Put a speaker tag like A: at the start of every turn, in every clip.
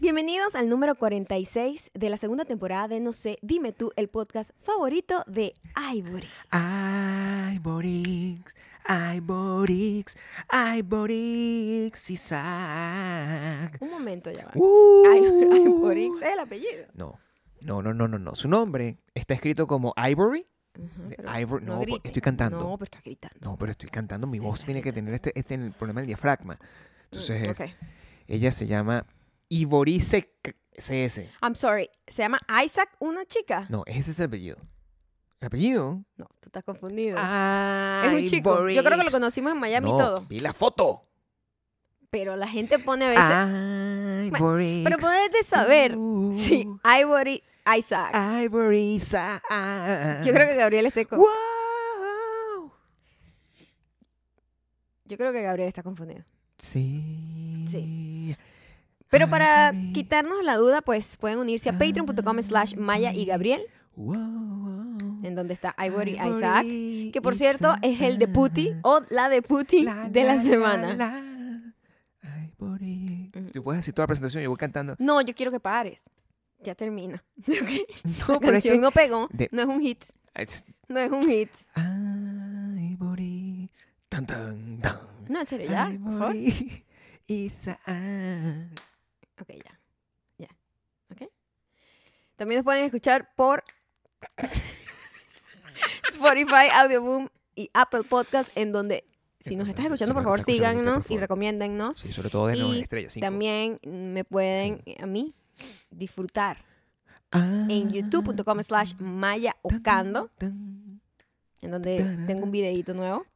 A: Bienvenidos al número 46 de la segunda temporada de No sé, dime tú, el podcast favorito de Ivory.
B: Ivorix, Ivorix, Ivorix, Isaac.
A: Un momento ya va.
B: Uh.
A: Ivory- Ivorix es el apellido.
B: No, no, no, no, no, no. Su nombre está escrito como Ivory.
A: Ajá,
B: De
A: pero
B: Ivory- no, pues,
A: grites.
B: estoy cantando.
A: No, pero estás gritando.
B: No, pero estoy cantando. Mi voz tiene que tener este, este el problema del diafragma. Entonces,
A: Mm,
B: es-
A: ok.
B: ella se llama Ivorice CS.
A: I'm sorry. ¿Se llama Isaac una chica?
B: No, ese es el apellido. ¿El apellido?
A: No, tú estás confundido.
B: Ah,
A: es un chico. Yo creo que lo conocimos en Miami y todo.
B: Vi la foto.
A: Pero la gente pone a veces.
B: Ivorix.
A: pero podés saber.
B: Uh. Ah.
A: Sí, Ivory Isaac.
B: Ivory Isaac.
A: Yo creo que Gabriel está
B: Uh.
A: con-
B: ¡Wow!
A: Yo creo que Gabriel está confundido.
B: Sí.
A: Sí. Pero para
B: Ivory.
A: quitarnos la duda, pues pueden unirse
B: Ah.
A: a patreon.com slash maya y Gabriel,
B: Wow, wow.
A: en donde está Ivory Isaac,
B: Ivory
A: que por cierto es el de Puti
B: Isaac.
A: o la de Puti
B: La,
A: de la
B: la,
A: semana.
B: la. Ivory.
A: Ujú.
B: Tú puedes decir toda la presentación y yo voy cantando.
A: No, yo quiero que pares. Ya termina. Ok.
B: No,
A: la
B: pero es
A: canción
B: que-
A: no pegó,
B: de-
A: no es un hit,
B: Es-
A: no es un hit.
B: Ivory. Tan, tan, tan.
A: No, en serio, ya, por favor.
B: Ivory Isaac.
A: Ok, ya. Ya. Ok. También nos pueden escuchar por Spotify, Audioboom y Apple Podcast, en donde, si nos estás
B: Si- si
A: escuchando,
B: nos
A: por favor,
B: estás escuchando ahorita,
A: síganos
B: por
A: y
B: favor.
A: recomiéndennos.
B: Sí, sobre todo de
A: Y
B: nueve estrellas. cinco.
A: También me pueden, a mí, disfrutar
B: Ah.
A: en youtube.com slash maya
B: tocando
A: Ocando, en donde
B: Tarara.
A: tengo un videíto nuevo.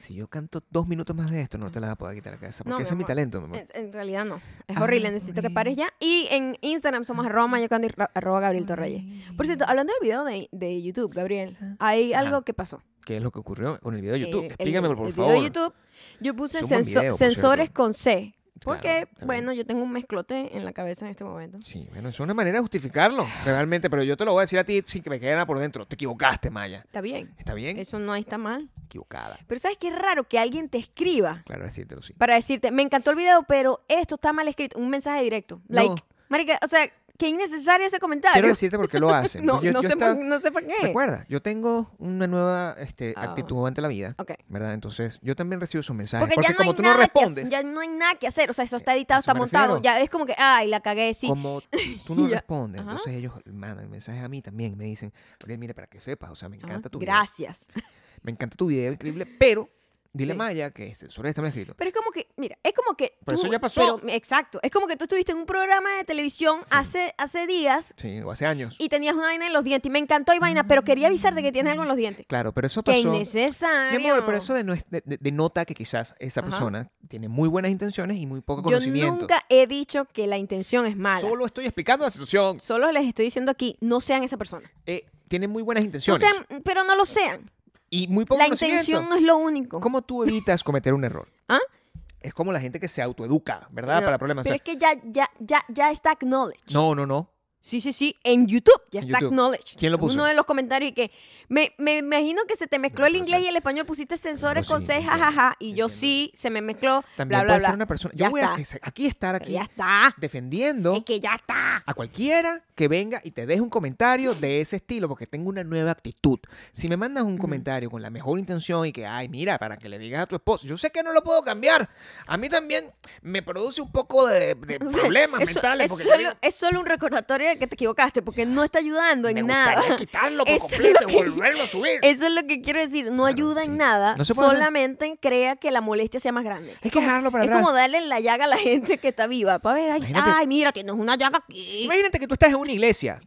B: Si yo canto dos minutos más de esto, no te la vas a poder quitar la cabeza.
A: No,
B: Porque
A: mi
B: ese es mi
A: amor. Eh,
B: talento, mi amor.
A: En, en realidad no, es
B: Ah,
A: horrible, necesito que pares ya. Y en Instagram somos arroba mayocando y ra- arroba Gabriel Torreyes. Por cierto, hablando del video de, de YouTube, Gabriel, hay
B: Ajá.
A: algo que pasó.
B: ¿Qué es lo que ocurrió con el video de YouTube?
A: eh, El- el-
B: Explícame, por
A: el
B: favor.
A: Video de YouTube, yo puse
B: Es un buen
A: senso-
B: video, por
A: sensores
B: cierto.
A: con C. Porque,
B: Claro, está
A: bueno, yo tengo un mezclote en la cabeza en este momento.
B: Sí, bueno, es una manera de justificarlo, realmente. Pero yo te lo voy a decir a ti sin que me quede nada por dentro. Te equivocaste, Maya.
A: Está bien,
B: ¿Está bien?
A: eso no está mal.
B: Equivocada.
A: Pero ¿sabes qué raro que alguien te escriba
B: Claro, decírtelo sí.
A: para decirte, me encantó el video, pero esto está mal escrito? Un mensaje directo. Like,
B: No.
A: marica, o sea, qué innecesario ese comentario.
B: Quiero decirte por qué lo hacen.
A: no,
B: Pues yo-
A: no,
B: yo
A: sé
B: estaba-
A: por, no sé por qué.
B: Recuerda, yo tengo una nueva este,
A: Ah.
B: actitud ante la vida,
A: Ok.
B: ¿verdad? Entonces, yo también recibo sus mensajes.
A: Porque,
B: Porque,
A: ya no
B: como
A: hay
B: tú
A: nada
B: no respondes, Eh,
A: que, hacer- ya no hay nada que hacer, o sea, eso está editado,
B: eso
A: está
B: me
A: montado,
B: refiero.
A: ya es como que, ay, la cagué, sí.
B: como tú no
A: Ya.
B: respondes,
A: Ajá.
B: entonces ellos mandan mensajes a mí también, me dicen, "Gabriel, mire, para que sepas, o sea, me
A: Ajá,
B: encanta tu video,
A: Ah, Gracias.
B: me encanta tu video, increíble, pero dile
A: Sí.
B: a Maya que censura esto mal escrito.
A: Pero es como que, mira, es como que.
B: Pero
A: tú-
B: eso ya pasó.
A: pero- exacto. Es como que tú estuviste en un programa de televisión hace, hace días
B: Sí, o hace años.
A: y tenías una vaina en los dientes. Y me encantó y vaina, pero quería avisarte que tienes algo en los dientes.
B: Claro, pero eso
A: Que
B: pasó. Mi
A: innecesario.
B: amor, pero eso deno- de- de- denota que quizás esa
A: Ajá.
B: persona tiene muy buenas intenciones y muy poco
A: Yo
B: conocimiento.
A: nunca he dicho que la intención es mala. Solo,
B: Solo estoy explicando la situación.
A: les estoy diciendo aquí, no sean esa persona.
B: Eh, tiene muy buenas
A: No
B: intenciones.
A: sean, pero no lo sean.
B: y muy poco
A: La
B: conocimiento.
A: intención no es lo único.
B: ¿Cómo tú evitas cometer un error?
A: ¿Ah?
B: Es como la gente que se autoeduca, ¿verdad?
A: No,
B: Para problemas. o
A: Pero
B: sea,
A: es que ya, ya, ya, ya está acknowledged.
B: No, no, no.
A: Sí, sí, sí, en YouTube ya
B: En
A: está
B: YouTube.
A: acknowledged.
B: ¿Quién lo puso?
A: Uno de los comentarios y que me, me imagino que se te mezcló
B: No,
A: el
B: pero
A: inglés
B: sí.
A: y el español, pusiste sensores
B: Claro,
A: con
B: sí,
A: C,
B: entiendo,
A: jajaja, y yo
B: entiendo.
A: sí, se me mezcló,
B: También
A: bla, bla,
B: puede
A: bla.
B: ser una persona. Yo
A: Ya
B: voy a
A: está.
B: que- aquí estar aquí
A: Ya está,
B: defendiendo
A: es que ya está.
B: a cualquiera que venga y te deje un comentario de ese estilo, porque tengo una nueva actitud. Si me mandas un comentario con la mejor intención y que, ay, mira, para que le digas a tu esposo, yo sé que no lo puedo cambiar. A mí también me produce un poco de, de
A: O sea,
B: problemas
A: eso-
B: mentales.
A: es
B: porque yo
A: solo,
B: digo,
A: es solo un recordatorio de que te equivocaste, porque no está ayudando
B: me
A: en
B: gustaría
A: nada.
B: quitarlo por
A: Eso es
B: completo
A: lo
B: y
A: que-
B: volverlo a subir.
A: Eso es lo que quiero decir, no ayuda en
B: sí.
A: nada,
B: No se puede hacer.
A: solamente crea que la molestia sea más grande.
B: Hay que dejarlo para
A: es
B: atrás.
A: como darle la llaga a la gente que está viva, para ver, ay,
B: Imagínate-
A: ay, mira, tienes una llaga aquí.
B: Imagínate que tú estás en una iglesia,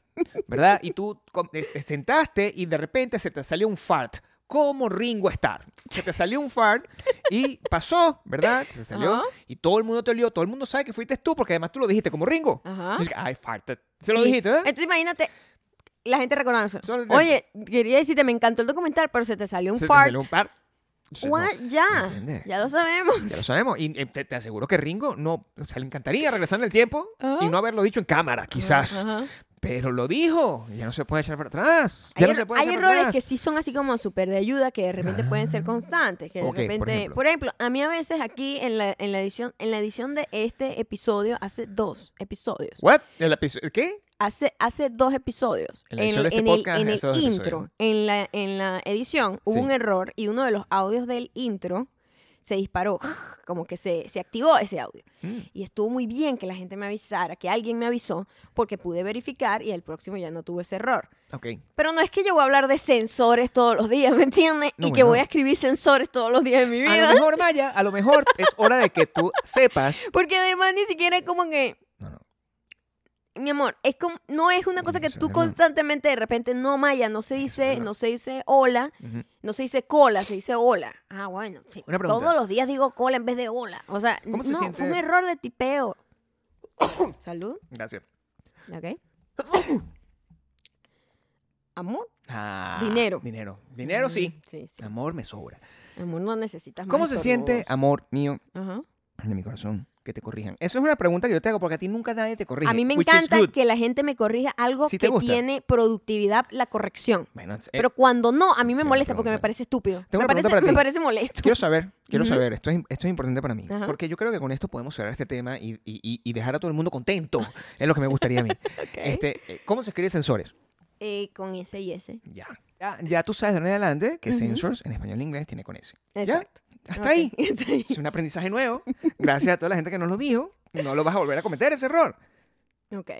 B: ¿verdad? Y tú com- te te sentaste y de repente se te salió un fart. Como Ringo Starr. Se te salió un fart y pasó, ¿verdad? Se salió
A: Ajá.
B: y todo el mundo te olió. Todo el mundo sabe que fuiste tú porque además tú lo dijiste como Ringo.
A: Ajá.
B: Y es que, Ay, farted. Se lo
A: Sí.
B: dijiste, ¿verdad?
A: Entonces imagínate la gente reconoce.
B: Solo te-
A: Oye, quería decirte, me encantó el documental, pero se te salió un
B: Se te
A: fart.
B: salió un fart. Entonces, no,
A: What?
B: ¿me
A: ya,
B: entiendes?
A: ya lo sabemos.
B: Ya lo sabemos. Y eh, te, te aseguro que Ringo no, o sea, le encantaría regresar en el tiempo
A: Ah. Ajá.
B: y no haberlo dicho en cámara, quizás.
A: Ajá.
B: Pero lo dijo. Ya no se puede echar para atrás.
A: hay
B: Ya no
A: er-
B: se puede
A: hay
B: echar para
A: errores
B: atrás.
A: que sí son así como súper de ayuda que de repente pueden ser constantes. Que de
B: Ah. Ok, por
A: repente, por
B: ejemplo.
A: ejemplo. a mí a veces aquí en la, en la edición, en la edición de este episodio, hace dos episodios.
B: ¿What? ¿El episodio- ¿Qué?
A: Hace, hace dos episodios.
B: En la edición de este
A: en el,
B: podcast,
A: en el
B: hace dos episodios.
A: intro, en la, en la edición, hubo
B: Sí.
A: un error y uno de los audios del intro se disparó. Como que se, se activó ese audio.
B: Mm.
A: Y estuvo muy bien que la gente me avisara, que alguien me avisó, porque pude verificar y el próximo ya no tuve ese error.
B: Ok.
A: Pero no es que yo voy a hablar de sensores todos los días, ¿me entiendes?
B: No,
A: y que
B: bueno. Ah,
A: voy a escribir sensores todos los días de mi
B: A lo
A: vida.
B: mejor, Maya, a lo mejor es hora de que tú sepas.
A: Porque además ni siquiera es como que,
B: No, no.
A: mi amor, es como, no es una cosa que tú
B: Bueno,
A: constantemente de repente, no, Maya, no se dice,
B: Bueno.
A: no se dice hola,
B: Ujú.
A: no se dice cola, se dice hola. Ah, bueno, sí.
B: Una pregunta.
A: todos los días digo cola en vez de hola. O sea,
B: ¿Cómo
A: no,
B: se siente?
A: fue un error de tipeo. Salud,
B: Gracias.
A: ok. Amor,
B: Ah,
A: Dinero.
B: Dinero. Dinero sí.
A: sí, sí.
B: Amor me sobra.
A: Amor, no necesitas más
B: ¿Cómo se siente,
A: estorbos.
B: amor mío,
A: Ajá.
B: de mi corazón, que te corrijan? Eso es una pregunta que yo te hago porque a ti nunca nadie te corrige.
A: A mí me
B: which is
A: encanta
B: good.
A: que la gente me corrija algo
B: Sí te
A: que
B: gusta.
A: tiene productividad, la corrección.
B: Bueno, eh,
A: Pero cuando no, a mí me
B: sí,
A: molesta
B: una
A: porque me
B: pregunta.
A: parece estúpido.
B: Tengo
A: me,
B: una pregunta
A: parece,
B: para ti.
A: me parece molesto.
B: Quiero saber, quiero
A: Ujú.
B: saber, esto es, esto es importante para mí,
A: Ajá.
B: porque yo creo que con esto podemos cerrar este tema y, y- y- y dejar a todo el mundo contento, es lo que me gustaría a mí. este, eh, ¿Cómo se escribe sensores?
A: Eh, con ese y ese.
B: Ya. ya. ya tú sabes de ahora en adelante que
A: Ujú.
B: sensors en español e inglés tiene con S. ¿Ya?
A: Exacto.
B: Hasta
A: Ok.
B: ahí.
A: Hasta ahí.
B: Es un aprendizaje nuevo, gracias a toda la gente que nos lo dijo, no lo vas a volver a cometer ese error.
A: Ok.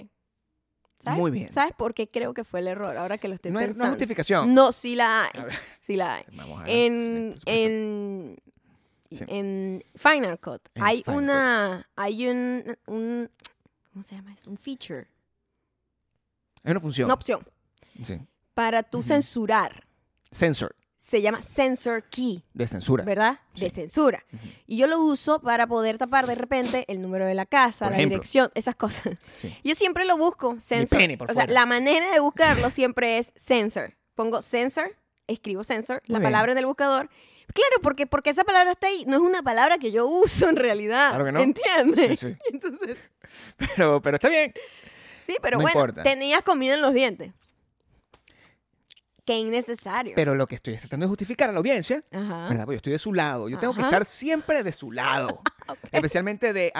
A: ¿Sabes?
B: Muy bien.
A: ¿Sabes por qué creo que fue el error? Ahora que lo estoy
B: No hay, no hay
A: pensando.
B: justificación.
A: No, sí la hay.
B: A ver.
A: Sí la hay.
B: Vamos a ver,
A: Mm. En,
B: sí, por supuesto.
A: en,
B: Sí.
A: en Final Cut
B: En
A: hay
B: Final
A: una. Hay un, un. ¿Cómo se llama? Es un feature.
B: Hay una función.
A: Una opción.
B: Sí.
A: Para tú
B: Ujú.
A: censurar.
B: Sensor,
A: se llama sensor key,
B: de censura.
A: ¿verdad? De
B: Sí.
A: censura.
B: Ujú.
A: Y yo lo uso para poder tapar de repente el número de la casa,
B: Por
A: la
B: ejemplo.
A: dirección, esas cosas.
B: Sí.
A: Yo siempre lo busco, sensor.
B: pene por
A: o sea,
B: fuera.
A: la manera de buscarlo siempre es sensor. Pongo sensor, escribo sensor,
B: Muy
A: la
B: bien.
A: palabra en el buscador. Claro, porque, porque esa palabra está ahí. No es una palabra que yo uso en realidad.
B: Claro que no.
A: ¿Entiendes?
B: Sí, sí.
A: Entonces,
B: Pero, pero está bien.
A: sí, pero
B: No
A: bueno,
B: importa.
A: tenías comida en los dientes. Qué innecesario.
B: Pero lo que estoy tratando de justificar a la audiencia
A: Ajá.
B: ¿Verdad? Porque yo estoy de su lado. Yo tengo que
A: Ajá.
B: estar sibre de su lado. Especialmente de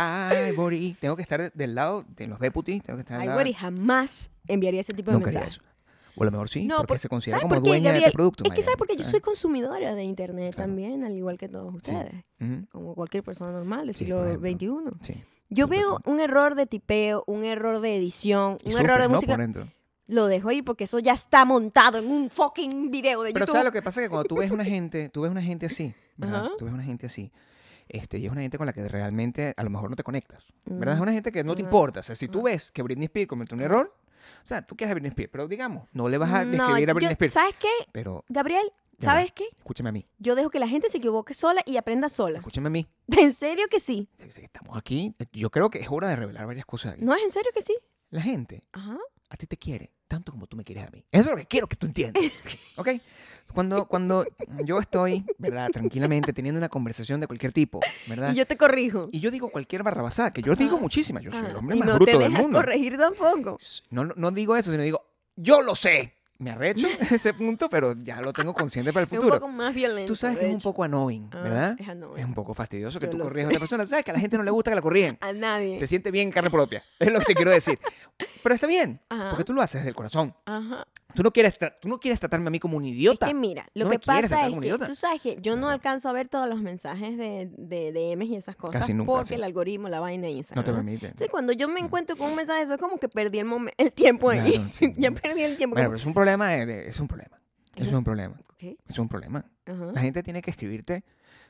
B: Ivory. Tengo que estar de- del lado de los deputies. Tengo que estar al
A: Ay,
B: lado-
A: Woody, jamás enviaría ese tipo de
B: Nunca haría
A: mensajes.
B: eso. O a lo mejor sí, porque
A: por-
B: se considera
A: ¿sabe
B: como
A: por qué,
B: dueña de
A: Gabriel?
B: este producto.
A: Es que
B: Maya,
A: sabes porque yo soy
B: ¿sabes?
A: consumidora de internet
B: Claro.
A: también, al igual que todos ustedes,
B: Ujú,
A: como cualquier persona normal del
B: Sí, por
A: siglo
B: ejemplo.
A: XXI.
B: sí.
A: Yo
B: Por
A: veo un error de tipeo, un error de edición,
B: Y
A: un
B: sufres,
A: error de
B: ¿no?
A: música.
B: Por dentro.
A: Lo dejo ir porque eso ya está montado en un fucking video de
B: Pero
A: YouTube.
B: ¿sabes lo que pasa? Que cuando tú ves una gente, tú ves una gente así, ¿verdad?
A: Ajá.
B: Tú ves una gente así. Este, y es una gente con la que realmente a lo mejor no te conectas. ¿Verdad? Es una gente que no te
A: Mm. Ajá. Ah.
B: importa. O sea, si tú ves que Britney Spears cometió un error, o sea, tú quieres a Britney Spears, pero digamos, no le vas a
A: No,
B: describir a
A: yo-
B: Britney Spears.
A: ¿Sabes qué,
B: Pero
A: Gabriel?
B: Ya va.
A: ¿Sabes qué?
B: escúchame a mí,
A: Yo dejo que la gente se equivoque sola y aprenda sola.
B: escúchame a mí.
A: ¿En serio que sí?
B: Sí, sí, Estamos aquí. Yo creo que es hora de revelar varias cosas. aquí.
A: ¿No es en serio que sí?
B: La gente
A: Ajá.
B: a ti te quiere tanto como tú me quieres a mí. Eso es lo que quiero que tú entiendas. ¿Ok? Cuando, cuando yo estoy, ¿verdad? Tranquilamente teniendo una conversación de cualquier tipo, ¿verdad?
A: Y yo te corrijo.
B: Y yo digo cualquier barrabasada, que yo digo muchísimas. Yo soy el
A: Ah,
B: hombre
A: y
B: más
A: no te
B: bruto del
A: dejas
B: mundo.
A: corregir tampoco.
B: No, no digo eso, sino digo, yo lo sé. Me arrecho en ese punto, pero ya lo tengo consciente para el
A: Es un
B: futuro.
A: poco más violento.
B: Tú sabes que
A: de
B: es un
A: hecho.
B: poco annoying,
A: Ah,
B: ¿verdad?
A: es annoying.
B: Es un poco fastidioso que
A: Yo
B: tú
A: lo
B: corrijas a
A: sé.
B: otra persona. Sabes que a la gente no le gusta que la corrijan.
A: A nadie.
B: Se siente bien en carne propia. Es lo que te quiero decir. Pero está bien,
A: Ajá.
B: porque tú lo haces del corazón.
A: Ajá.
B: Tú no quieres, tra- tú no quieres tratarme a mí como un
A: Es
B: idiota.
A: que mira, lo
B: No me
A: que
B: quieres
A: pasa
B: tratar
A: es
B: como
A: que
B: idiota.
A: tú sabes que yo no alcanzo a ver todos los mensajes de, de DMs y esas cosas
B: Casi nunca,
A: porque
B: sí.
A: el algoritmo, la vaina de
B: no
A: Instagram.
B: te
A: ¿no?
B: permite.
A: Entonces, cuando yo me encuentro con un mensaje, de eso es como que perdí el, momen- el tiempo ahí.
B: Claro, sí.
A: ya perdí el tiempo.
B: Bueno, pero
A: como-
B: es un problema, de- de- es un problema.
A: Es
B: Es un problema.
A: Ok,
B: Es un problema.
A: ajá.
B: La gente tiene que escribirte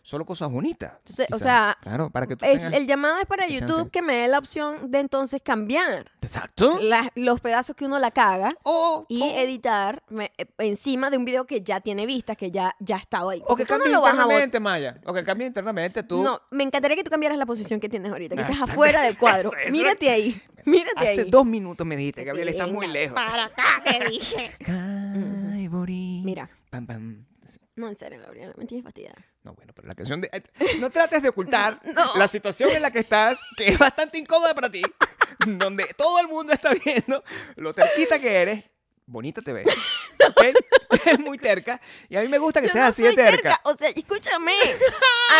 B: solo cosas bonitas.
A: Entonces, o
B: quizás.
A: sea,
B: Claro, para que tú
A: Es-
B: tengas-
A: el llamado es para
B: qué
A: YouTube
B: chance.
A: que me dé la opción de entonces cambiar
B: Exacto.
A: las- los pedazos que uno la caga
B: O,
A: y
B: o-
A: editar me- eh, encima de un video que ya tiene vistas, que ya, ya ha estado ahí.
B: o
A: Porque
B: que
A: tú no
B: cambies
A: lo vas a bot-
B: internamente, Maya. O que cambies internamente tú.
A: No, me encantaría que tú cambiaras la posición que tienes ahorita, que
B: Ah,
A: estás
B: exacto.
A: afuera del cuadro.
B: Eso, eso.
A: Mírate ahí, mírate
B: Hace
A: ahí.
B: dos minutos me dijiste, Gabriel, está
A: Venga,
B: muy
A: Mm.
B: lejos.
C: Para acá te dije.
B: Ivory.
A: Mira,
B: Pam, pam.
A: no, en serio, Gabriela, me tienes fastidiada.
B: No, bueno, pero la canción de... No trates de ocultar
A: No.
B: la situación en la que estás, que es bastante incómoda para ti. donde todo el mundo está viendo lo terquita que eres. Bonita te ves. ¿ok? Es muy terca. Y a mí me gusta que
A: Yo
B: seas
A: no
B: así de
A: soy
B: terca.
A: O sea, escúchame.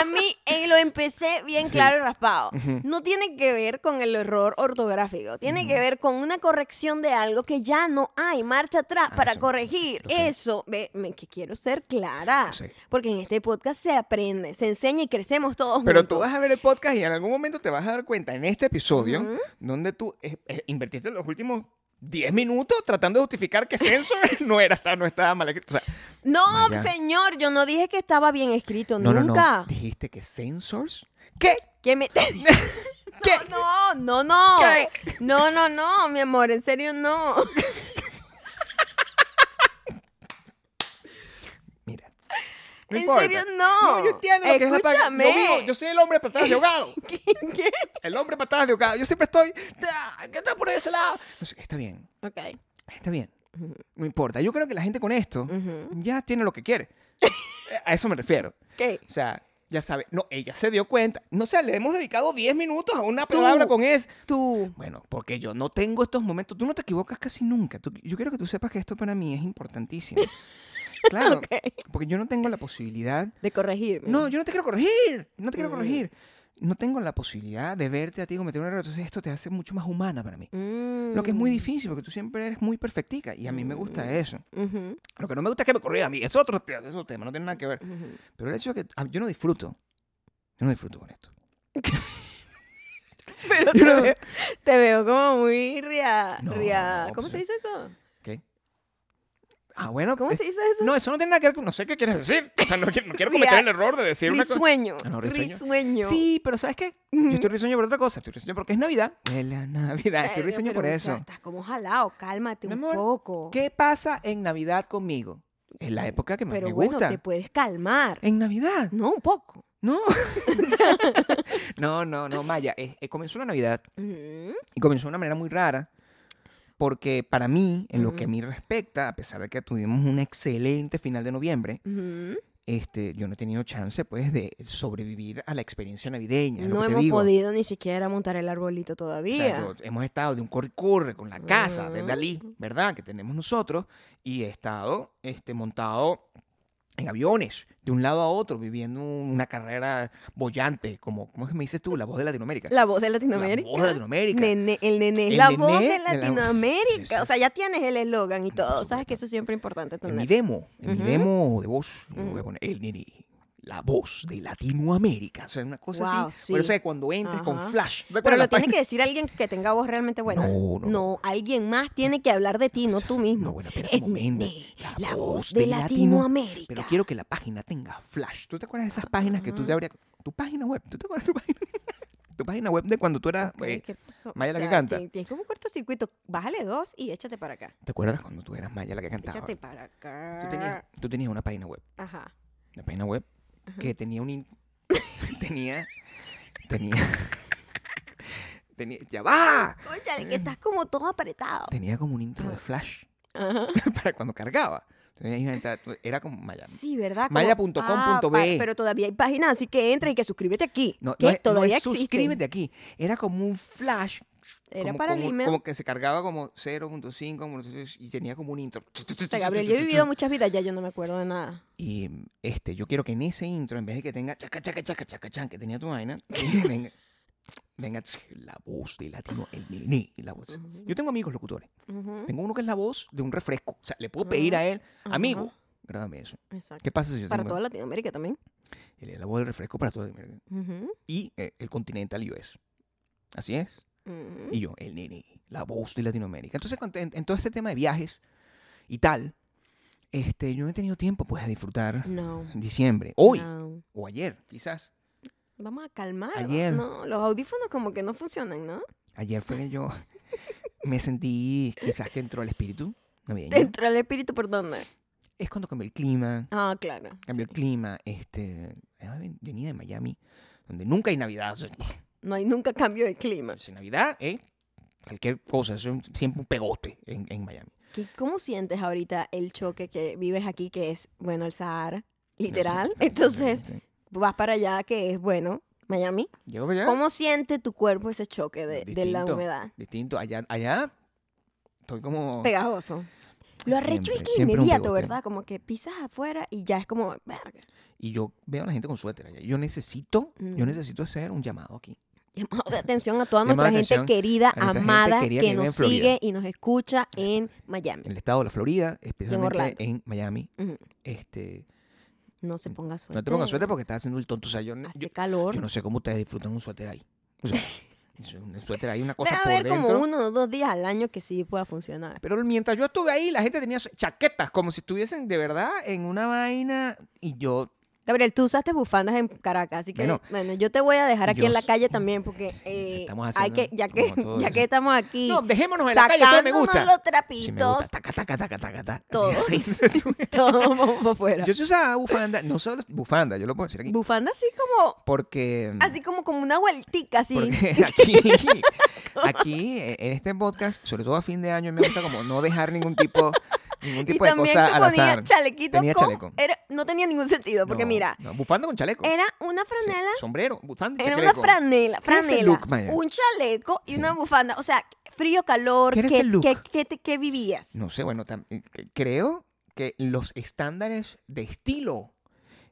A: A mí eh, lo empecé bien
B: Sí.
A: claro y raspado.
B: Ujú.
A: No tiene que ver con el error ortográfico. Tiene que ver con una corrección de algo que ya no hay. Marcha atrás
B: Ah,
A: para
B: eso,
A: corregir.
B: lo sé.
A: Eso, ve, me, que quiero ser clara.
B: Lo sé.
A: Porque en este podcast se aprende, se enseña y crecemos todos
B: Pero tú
A: juntos.
B: vas a ver el podcast y en algún momento te vas a dar cuenta en este episodio
A: Ujú.
B: donde tú eh, eh, invertiste los últimos 10 minutos tratando de justificar que censor no era, no estaba mal escrito. O sea,
A: No,
B: Maya.
A: señor, yo no dije que estaba bien escrito
B: Ah, no, no,
A: nunca.
B: no. Dijiste que censors. ¿Qué?
A: ¿Qué me.? No, no, no.
B: ¿Qué?
A: No, no, no, mi amor, en serio no.
B: Mira.
A: En
B: importa.
A: serio, no.
B: yo entiendo lo que es la pata-
A: Escúchame.
B: Yo, vivo- yo soy el hombre de patadas de ahogado.
A: ¿Qué?
B: El hombre de patadas de ahogado. Yo siempre estoy. "Ah, ¿Qué está por ese lado? No sé, está bien.
A: Ok.
B: Está bien. No importa. Yo creo que la gente con esto
A: Ujú.
B: ya tiene lo que quiere. Eh, A eso me refiero.
A: ¿Qué?
B: O sea, ya sabe. No, ella se dio cuenta. No sé, le hemos dedicado 10 minutos a una palabra con es.
A: Tú.
B: Bueno, porque yo no tengo estos momentos. Tú no te equivocas casi nunca. Tú- yo quiero que tú sepas que esto para mí es importantísimo. Claro.
A: Ok. Mm.
B: Porque yo no tengo la posibilidad
A: De corregirme.
B: no, yo no te quiero corregir. No te quiero
A: Mm.
B: corregir. No tengo la posibilidad de verte a ti cometer un error. Entonces esto te hace mucho más humana para mí.
A: Mm. Mm.
B: Lo que es muy difícil porque tú siempre eres muy perfectica y a mí me gusta eso.
A: Ujú,
B: Lo que no me gusta es que me corrija a mí. Es otro, te- es otro tema, no tiene nada que ver.
A: ujú.
B: Pero el hecho es que ah, yo no disfruto. Yo no disfruto con esto.
A: Pero te,
B: Yo no-
A: veo, te veo como muy ria.
B: No,
A: ria-
B: no,
A: ¿Cómo
B: pues,
A: se dice eso?
B: ¿Qué? Ah, bueno.
A: ¿Cómo
B: es-
A: se dice eso?
B: No, eso no tiene nada que ver con... No sé qué quieres decir. O sea, no, quiero- no quiero cometer
A: Ria-
B: el error de decir una cosa...
A: Risueño.
B: Ah, no, risueño.
A: risueño.
B: Sí, pero ¿sabes qué? Yo estoy risueño por otra cosa. Estoy risueño porque es Navidad. ah, Es la Navidad. Estoy
A: Pero-
B: risueño
A: pero,
B: por
A: o sea,
B: eso.
A: estás como jalado, cálmate
B: Mi
A: un
B: amor,
A: poco.
B: ¿Qué pasa en Navidad conmigo? Es la época que más
A: Pero
B: me
A: bueno,
B: gusta. Eh.
A: te puedes calmar.
B: En Navidad.
A: No, un poco.
B: No. no, no, no, Maya. eh, eh, comenzó la Navidad
A: Ujú.
B: y comenzó de una manera muy rara. Porque para mí, en lo que a mí respecta, a pesar de que tuvimos un excelente final de noviembre,
A: Ujú.
B: este, yo no he tenido chance, pues, de sobrevivir a la experiencia navideña. es lo
A: No
B: que te
A: hemos
B: digo.
A: podido ni siquiera montar el arbolito
B: O sea,
A: todavía.
B: yo- hemos estado de un corre-corre con la casa de
A: Ujú.
B: Dalí, ¿verdad? Que tenemos nosotros. Y he estado este, montado en aviones, de un lado a otro, viviendo una carrera bollante, como, ¿cómo es que me dices tú? La voz de Latinoamérica.
A: La voz de
B: La
A: Latinoamérica.
B: voz de Latinoamérica.
A: Nene- el nene es
B: El
A: la
B: nené
A: voz de
B: de la-
A: Latinoamérica. O sea,
B: Exacto.
A: ya tienes el eslogan y todo. Sabes
B: supuesto.
A: que eso es siempre importante
B: En
A: tener.
B: mi demo, en mi
A: Ujú. Mm.
B: demo de voz, yo voy a
A: Ujú.
B: poner el nene, la voz de Latinoamérica. O sea, una cosa
A: Wow,
B: así.
A: sí.
B: Por eso es que cuando entres con
A: Ajá.
B: flash.
A: Pero
B: ¿recuerdas
A: lo
B: la
A: tiene
B: página?
A: que decir alguien que tenga voz realmente buena.
B: No, no, no.
A: alguien más tiene que hablar de ti, no tú mismo.
B: No, bueno, espera
A: El
B: un momento.
A: nene, la voz de Latinoamérica.
B: Pero quiero que la página tenga flash. ¿Tú te acuerdas de esas páginas que
A: Ah.
B: tú te abrías? Tu página web. ¿Tú te acuerdas de tu página? tu página web de cuando tú eras.
A: Ok,
B: eh,
A: ¿qué pasó?
B: Maya
A: pues, O
B: la que
A: sea,
B: canta.
A: ti- Tienes como un cortocircuito. Bájale dos y échate para acá.
B: ¿Te acuerdas cuando tú eras Maya la que cantaba?
A: Échate para acá.
B: Tú tenías, tú tenías una página web.
A: Ajá.
B: Una página web que tenía un. in- tenía. Tenía. tenía. ¡Ya va!
A: Cónchale,
B: Mm.
A: que estás como todo apretado.
B: Tenía como un intro de flash
A: Ajá.
B: para cuando cargaba. Entonces, ahí entra- era como Maya.
A: Sí, ¿verdad? Como-
B: Maya.com.be.
A: ah, pa- Pero todavía hay páginas, así que entra y que suscríbete aquí.
B: No,
A: que
B: no es- no
A: todavía
B: es
A: existen.
B: suscríbete aquí. Era como un flash.
A: Era
B: como,
A: para el
B: como,
A: email.
B: como que se cargaba como 0.5 como no sé, y tenía como un intro.
A: O sea, Gabriel, yo he vivido muchas vidas, ya yo no me acuerdo de nada.
B: Y este, yo quiero que en ese intro, en vez de que tenga chaca, chaca, chaca, chaca, chan, que tenía tu vaina, que venga, venga tss, la voz de latino, el nene, la voz. Yo tengo amigos locutores.
A: Ujú,
B: Tengo uno que es la voz de un refresco. O sea, le puedo pedir a él, amigo, grábame eso.
A: Exacto.
B: ¿Qué pasa si yo
A: Para
B: tengo
A: toda Latinoamérica también.
B: él es la voz del refresco para todo América?
A: Ujú,
B: Y eh, el Continental US. Así es.
A: ujú.
B: Y yo, el nene, la voz de Latinoamérica. Entonces, cuando- en, en todo este tema de viajes y tal, este, yo no he tenido tiempo pues de disfrutar
A: No.
B: diciembre, hoy
A: no.
B: o ayer, quizás.
A: Vamos a calmar.
B: Ayer.
A: No, los audífonos como que no funcionan, ¿no?
B: Ayer fue que yo me sentí, quizás que entró el espíritu navideño.
A: Te entra el espíritu por dónde.
B: Es cuando cambió el clima,
A: Ah, claro.
B: cambió el clima, este, además ven- venía de Miami, donde nunca hay Navidad. o sea,
A: No hay nunca cambio de clima.
B: sin Navidad, ¿eh? Cualquier cosa, eso es siempre un pegote en, en Miami.
A: ¿Qué- ¿Cómo sientes ahorita el choque que vives aquí, que es, bueno, el Sahara, literal?
B: Sí,
A: Entonces,
B: sí.
A: vas para allá, que es, bueno, Miami.
B: Llego para allá.
A: ¿Cómo siente tu cuerpo ese choque de, de la
B: Ah. Distinto,
A: humedad?
B: Distinto. Allá, allá estoy como.
A: Pegajoso. Lo arrecho
B: Siempre,
A: es que
B: siempre un
A: inmediato,
B: pegoteo.
A: ¿verdad? Como que pisas afuera y ya es como, verga.
B: Y yo veo a la gente con suéter allá. Yo necesito, yo
A: Mm.
B: necesito hacer un llamado aquí.
A: Llamado de atención a toda
B: Llamado
A: nuestra
B: de
A: gente
B: atención
A: querida,
B: a nuestra gente
A: amada,
B: querida que
A: que
B: vive en
A: nos
B: Florida.
A: sigue y nos escucha en Miami.
B: En el estado de la Florida,
A: Orlando.
B: especialmente en, Miami.
A: Ujú.
B: Este,
A: No se ponga suerte.
B: Mm. no te pongas suéter porque estás haciendo el tonto. O sea, yo,
A: Hace
B: yo-
A: calor.
B: yo no sé cómo ustedes disfrutan un suéter ahí. O sea, es un suéter ahí, una cosa
A: Debe
B: por
A: haber
B: dentro.
A: como uno o dos días al año que sí pueda funcionar.
B: Pero mientras yo estuve ahí, la gente tenía su- chaquetas, como si estuviesen de verdad en una vaina. Y yo,
A: Gabriel, tú usaste bufandas en Caracas, así que
B: Bueno,
A: bueno, yo te voy a dejar aquí
B: yo
A: en la
B: s-
A: calle también porque
B: Sí,
A: eh,
B: estamos
A: hay
B: haciendo
A: que ya que
B: como todo
A: ya
B: eso.
A: que estamos aquí
B: No, dejémonos en la calle, eso me
A: sacándonos
B: gusta.
A: los
B: si me gusta,
A: trapitos,
B: taca, taca, taca, taca, taca.
A: Todo.
B: Yo
A: todos vamos para afuera.
B: sí usaba bufanda, no solo bufanda, yo lo puedo decir aquí.
A: Bufanda así como
B: Porque. mm,
A: así como como una vueltica así.
B: Porque aquí, aquí, eh, en este podcast, sobre todo a fin de año, me gusta como no dejar ningún tipo, ningún
A: Y
B: tipo de
A: también
B: cosa
A: que
B: al
A: ponía
B: azar.
A: chalequito
B: Tenía
A: con-
B: chaleco.
A: era- no tenía ningún sentido porque
B: No,
A: mira,
B: no, bufanda con chaleco.
A: era una
B: Sí,
A: franela
B: sombrero, bufanda y
A: Era una
B: chaleco.
A: franela,
B: ¿Qué es el
A: franela,
B: look, Maya?
A: un chaleco y
B: Sí.
A: una bufanda. O sea, frío, calor,
B: ¿Qué era
A: ¿qué,
B: ese look?
A: qué- qué te- qué vivías?
B: No sé, bueno, tam- eh, que- creo que los estándares de estilo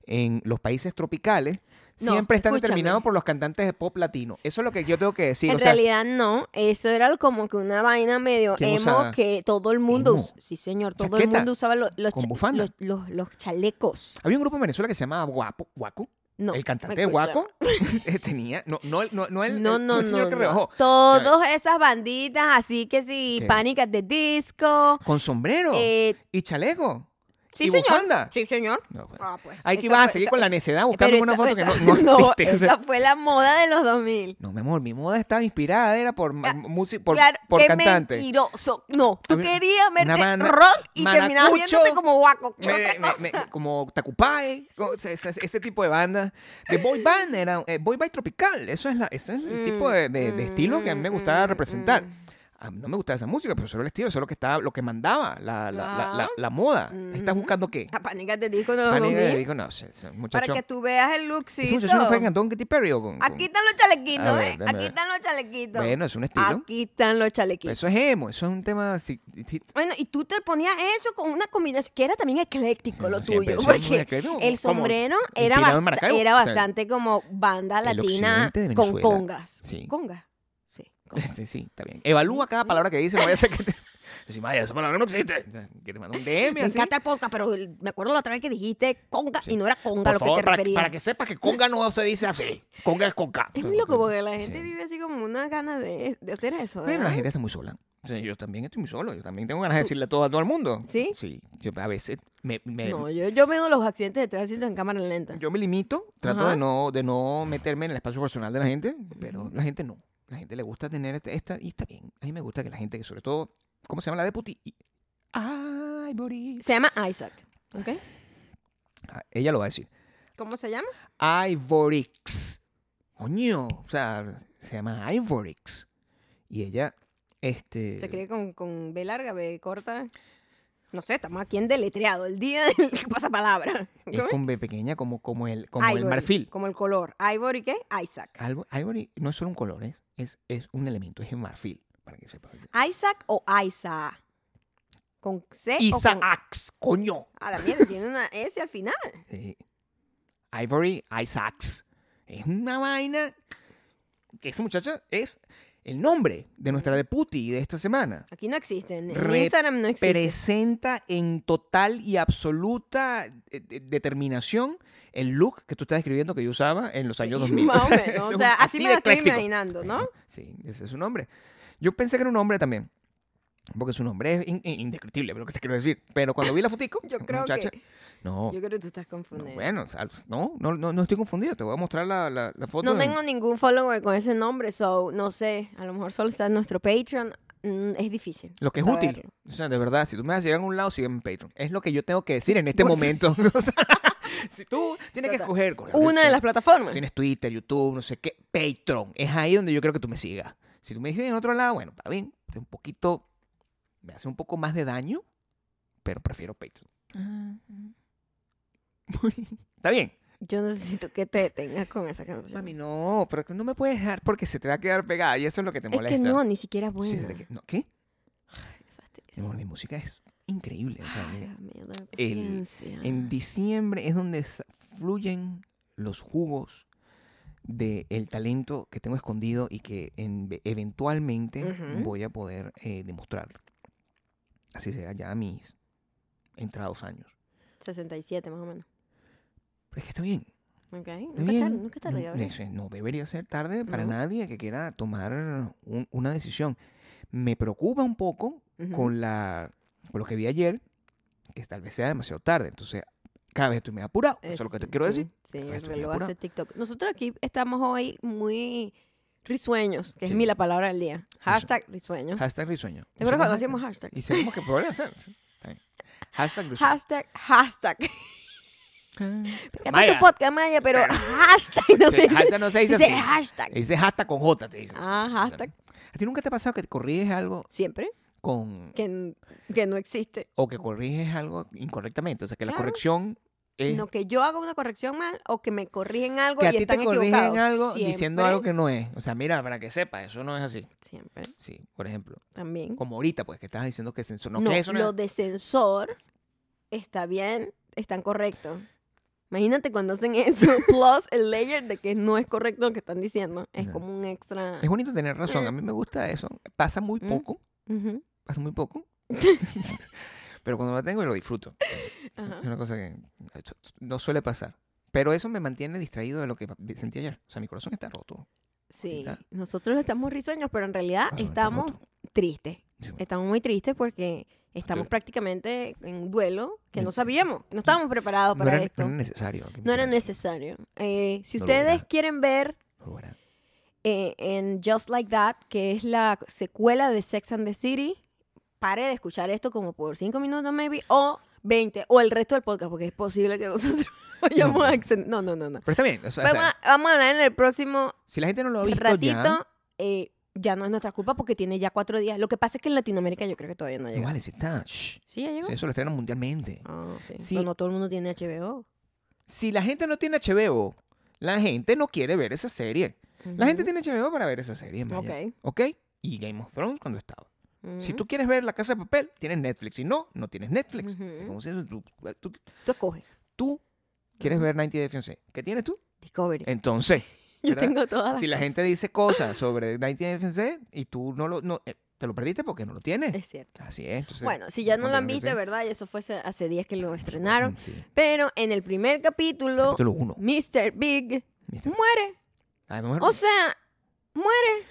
B: en los países tropicales
A: No,
B: siempre están
A: escúchame.
B: determinados por los cantantes de pop latino. Eso es lo que yo tengo que decir.
A: en
B: o sea,
A: realidad no, eso era como que una vaina medio
B: ¿Quién
A: emo
B: usaba?
A: que todo el mundo,
B: Emo.
A: us- sí señor, todo el
B: Chaqueta.
A: mundo usaba lo- los,
B: Con
A: cha-
B: bufanda.
A: los, los- los chalecos.
B: había un grupo en Venezuela que se llamaba Guapo, Guaco.
A: No,
B: el cantante
A: escucha.
B: Guaco eh, tenía, no, no, no, no el,
A: No,
B: el-
A: no,
B: el señor
A: no.
B: que
A: no.
B: rebajó.
A: Todas esas banditas, así que sí,
B: ¿Qué?
A: pánicas de disco.
B: Con sombrero
A: eh,
B: y chaleco.
A: sí,
B: y
A: señor.
B: bufanda.
A: Sí, señor.
B: No, pues.
A: Ah, pues,
B: Ahí que
A: esa
B: ibas a
A: fue-
B: seguir
A: esa-
B: con la
A: esa-
B: necedad
A: pero
B: buscando una
A: esa-
B: foto
A: esa-
B: que no, no existe. o sea.
A: esa fue la moda de los 2000.
B: No, mi amor, mi moda estaba inspirada, era por, ma-
A: Ca-
B: música- por,
A: claro,
B: por
A: qué
B: cantante.
A: mentiroso. No,
B: A
A: tú
B: mí-
A: querías
B: una
A: verte
B: banda-
A: rock y terminabas
B: maracucho.
A: viéndote como guaco. ¿Qué
B: Me-
A: otra
B: me-
A: cosa?
B: me- como Tacupay, co- ese, ese- ese tipo de banda. De boy band, era eh, boy band tropical. Eso es la, ese es el
A: Mm,
B: tipo de, de- de estilo que a mí me gustaba
A: mm,
B: representar.
A: mm.
B: A mí no me gustaba esa música, pero eso era el estilo, eso es lo que, estaba, lo que mandaba la, la- la- la-
A: Ah.
B: la moda. ¿Estás
A: Ujú.
B: buscando qué?
A: La pánica te dijo no,
B: Fanny, eh,
A: 2000,
B: digo, no, ese- ese
A: Para
B: muchacho.
A: que tú veas el
B: ¿Ese
A: lookcito.
B: muchacho no fue que cantó con Katy Perry o con- con-
A: Aquí están los chalequitos,
B: A ver,
A: ¿eh?
B: déjame
A: Aquí
B: ver.
A: están los chalequitos.
B: Bueno, es un estilo.
A: Aquí están los chalequitos.
B: Eso es emo, eso es un tema. si- si-
A: Bueno, y tú te ponías eso con una combinación que era también ecléctico
B: Sí,
A: lo
B: no, siempre,
A: tuyo,
B: eso es muy
A: porque
B: ecléctico,
A: el
B: como
A: sombrero era,
B: inspirado en
A: bast-
B: Maracaibo,
A: era
B: o sea,
A: bastante como banda
B: el
A: latina
B: occidente de
A: con
B: Venezuela.
A: congas.
B: Sí.
A: Congas. Sí. congas.
B: Este, sí, está bien. Evalúa cada palabra que dice, no vaya a ser que te... Sí, Maya, esa palabra no existe. O sea, Que te manda un DM
A: Me
B: así.
A: encanta el podcast, pero el- me acuerdo la otra vez que dijiste conga
B: Sí.
A: y no era conga
B: Por
A: lo
B: favor,
A: que te
B: para,
A: referías.
B: para que sepas que conga no se dice así. Conga es con K.
A: Es muy loco porque la gente
B: Sí.
A: vive así como una gana de, de hacer eso.
B: Pero
A: ¿verdad?
B: la gente está muy sola. O sea, yo también estoy muy solo. Yo también tengo ganas de decirle todo a todo el mundo.
A: ¿Sí?
B: Sí. Yo a veces me, me-
A: No, yo, yo veo los accidentes de tránsito en cámara lenta.
B: eh, yo me limito. Trato
A: Ajá.
B: de no, de no meterme en el espacio personal de la gente. Pero la gente no. La gente le gusta tener este- esta. y está bien. A mí me gusta que la gente, que sobre todo. ¿Cómo se llama la de Puti? Y- Ay, Boris.
A: Se llama Isaac. ¿Ok?
B: Ah, Ella lo va a decir.
A: ¿Cómo se llama?
B: Ivorix. Coño. O sea, se llama Ivorix. Y ella, este.
A: Se cree con, con B larga, B corta. No sé, estamos aquí en deletreado. El día del pasapalabra.
B: Es
A: ¿Cómo es?
B: con B pequeña, como, como el, como el
A: Ivory,
B: marfil.
A: Como el color. Ivory, ¿qué? Isaac.
B: Algo- Ivory no es solo un color, es, es, es un elemento, es el marfil, para que sepas.
A: ¿Eh? Isaac o Isa. Con C o con...
B: Isaacs, coño.
A: A la mierda, tiene una S al final.
B: Eh, Ivory Isaacs. Es una vaina. que Esa muchacha es el nombre de nuestra deputy de esta semana.
A: Aquí no existen. En
B: Re-
A: Instagram no existe.
B: presenta en total y absoluta eh, de- determinación el look que tú estás describiendo que yo usaba en los años 2000.
A: Más o
B: sea,
A: menos,
B: es
A: o
B: un-
A: sea, así me
B: de
A: la estoy
B: ecléctico.
A: imaginando, ¿no?
B: Sí, ese es su nombre. Yo pensé que era un hombre también. Porque su nombre es in- in- indescriptible, es lo que te quiero decir. Pero cuando vi la fotico,
A: Yo
B: una
A: creo
B: muchacha,
A: que.
B: no,
A: Yo creo que tú estás
B: no,
A: confundiendo.
B: bueno, o sea, no, no, no, no estoy confundido. Te voy a mostrar la, la- la foto.
A: No
B: de-
A: tengo ningún follower con ese nombre, so no sé. A lo mejor solo está en nuestro Patreon. Mm, Es difícil.
B: Lo que es
A: saberlo.
B: útil. O sea, de verdad, si tú me vas a llegar a un lado, sígueme en Patreon. Es lo que yo tengo que decir en este
A: Por-
B: momento. O sea, si tú tienes que
A: Total.
B: escoger con la-
A: Una de las plataformas.
B: Tienes Twitter, YouTube, no sé qué. Patreon. Es ahí donde yo creo que tú me sigas. Si tú me dices en otro lado, bueno, está bien. está Un poquito. Me hace un poco más de daño, pero prefiero Patreon. está bien.
A: Yo necesito que te detengas con esa canción.
B: Mami, no, pero que no me puedes dejar porque se te va a quedar pegada y eso es lo que te
A: es
B: molesta.
A: que no, ni siquiera es buena.
B: Sí, se te que- no, ¿Qué?
A: Qué fastidio.
B: Mi amor, mi música es increíble. o sea,
A: Ay,
B: mira,
A: Dios mío, dame
B: el-
A: paciencia.
B: en diciembre es donde sa- fluyen los jugos del talento que tengo escondido y que en- eventualmente
A: Ujú.
B: voy a poder eh, demostrar. Así sea, ya a mis entrados años.
A: 67 más o menos.
B: Pero es que está bien.
A: Ok.
B: Está
A: Nunca
B: bien.
A: es tarde, nunca es tarde,
B: No-
A: Gabriel.
B: eso es, No, debería ser tarde para
A: No.
B: nadie que quiera tomar un- una decisión. Me preocupa un poco
A: Ujú.
B: con, la, con lo que vi ayer, que tal vez sea demasiado tarde. Entonces, cada vez estoy más apurado. Eso es lo que te
A: sí,
B: quiero
A: sí,
B: decir.
A: Sí,
B: Cada vez
A: el
B: estoy más
A: reloj
B: apurado.
A: hace TikTok. Nosotros aquí estamos hoy muy risueños, que
B: Sí.
A: es mi la palabra del día. Hashtag risueños.
B: Hashtag risueño.
A: ¿Te acuerdas cuando hacíamos
B: Usamos hashtag.
A: hashtag?
B: Y sabemos que podría hacer. sí, está bien. Hashtag risueño.
A: Hashtag, hashtag. Me encanta
B: Maya.
A: tu podcast, Maya, pero hashtag no
B: Sí,
A: sé.
B: hashtag no se dice así. Eh.
A: hashtag.
B: Dice hashtag con J, te dice.
A: Ah,
B: sí.
A: hashtag.
B: ¿A ti nunca te ha pasado que corriges algo
A: Siempre.
B: con...
A: Que, n- que no existe.
B: o que corriges algo incorrectamente? O sea, que la
A: Claro.
B: corrección es...
A: No, que yo haga una corrección mal o que me corrigen algo
B: que a
A: y
B: ti te
A: están
B: corrigen
A: equivocados.
B: algo diciendo
A: Siempre,
B: algo que no es. O sea, mira, para que sepa, eso no es así.
A: Siempre,
B: Sí, por ejemplo.
A: también.
B: Como ahorita, pues, que estás diciendo que censor. No,
A: Mm. No,
B: que eso no
A: lo
B: es...
A: de sensor está bien, están correctos. Imagínate cuando hacen eso, plus el layer de que no es correcto lo que están diciendo. Es
B: No.
A: como un extra.
B: Es bonito tener razón. A mí me gusta eso. Pasa muy
A: Mm.
B: poco.
A: Ujú,
B: Pasa muy poco. Pero cuando la tengo, lo disfruto.
A: ajá.
B: Es una cosa que eso no suele pasar. Pero eso me mantiene distraído de lo que sentí ayer. O sea, mi corazón está roto.
A: Sí,
B: Ya.
A: nosotros estamos risueños, pero en realidad
B: Corazón está
A: Ah, estamos
B: roto.
A: tristes.
B: Sí, bueno.
A: Estamos muy tristes porque estamos
B: Yo-
A: prácticamente en un duelo que
B: Yo-
A: no sabíamos, no estábamos preparados
B: No
A: para
B: era, no
A: esto.
B: era necesario. que
A: No era
B: hicieran eso.
A: necesario. Eh, si
B: No lo
A: ustedes
B: era.
A: quieren ver
B: No lo era.
A: eh, en Just Like That, que es la secuela de Sex and the City, pare de escuchar esto como por 5 minutos, maybe, o 20, o el resto del podcast, porque es posible que nosotros vayamos a... accent- No, no, no, no.
B: Pero está bien. o sea,
A: Vamos a, vamos a hablar en el próximo
B: si la gente no lo ha visto
A: ratito.
B: ya...
A: eh, ya no es nuestra culpa porque tiene ya cuatro días. Lo que pasa es que en Latinoamérica yo creo que todavía no
B: No
A: llega.
B: vale, si está. shh.
A: Sí, ya llegó.
B: Eso lo estrenan mundialmente.
A: Ah, sí.
B: Sí.
A: No, no todo el mundo tiene HBO.
B: Si la gente no tiene HBO, la gente no quiere ver esa serie. La gente tiene HBO para ver esa serie, Maya.
A: Ok.
B: ¿Ok? Y Game of Thrones cuando estaba.
A: tiene...
B: Si tú quieres ver La Casa de Papel, tienes Netflix. Si no, no tienes Netflix.
A: Ujú.
B: Es como si tú, tú-
A: Tú escoges.
B: tú quieres ver 90 Day Fiancé. ¿Qué tienes tú?
A: Discovery.
B: Entonces,
A: yo
B: Eh, ¿verdad?
A: tengo todas las
B: si la
A: cosas.
B: gente dice cosas sobre 90 Day Fiancé y tú no lo... no, eh, te lo perdiste porque no lo tienes.
A: Es cierto.
B: Así es. entonces,
A: Bueno, si ya no lo han
B: tienes
A: visto,
B: que
A: de
B: ser-
A: ¿verdad? Y eso fue hace- hace días que lo estrenaron.
B: Sí.
A: Pero en el primer capítulo,
B: Capítulo Ah, 1.
A: Mr. Big muere. O sea, muere.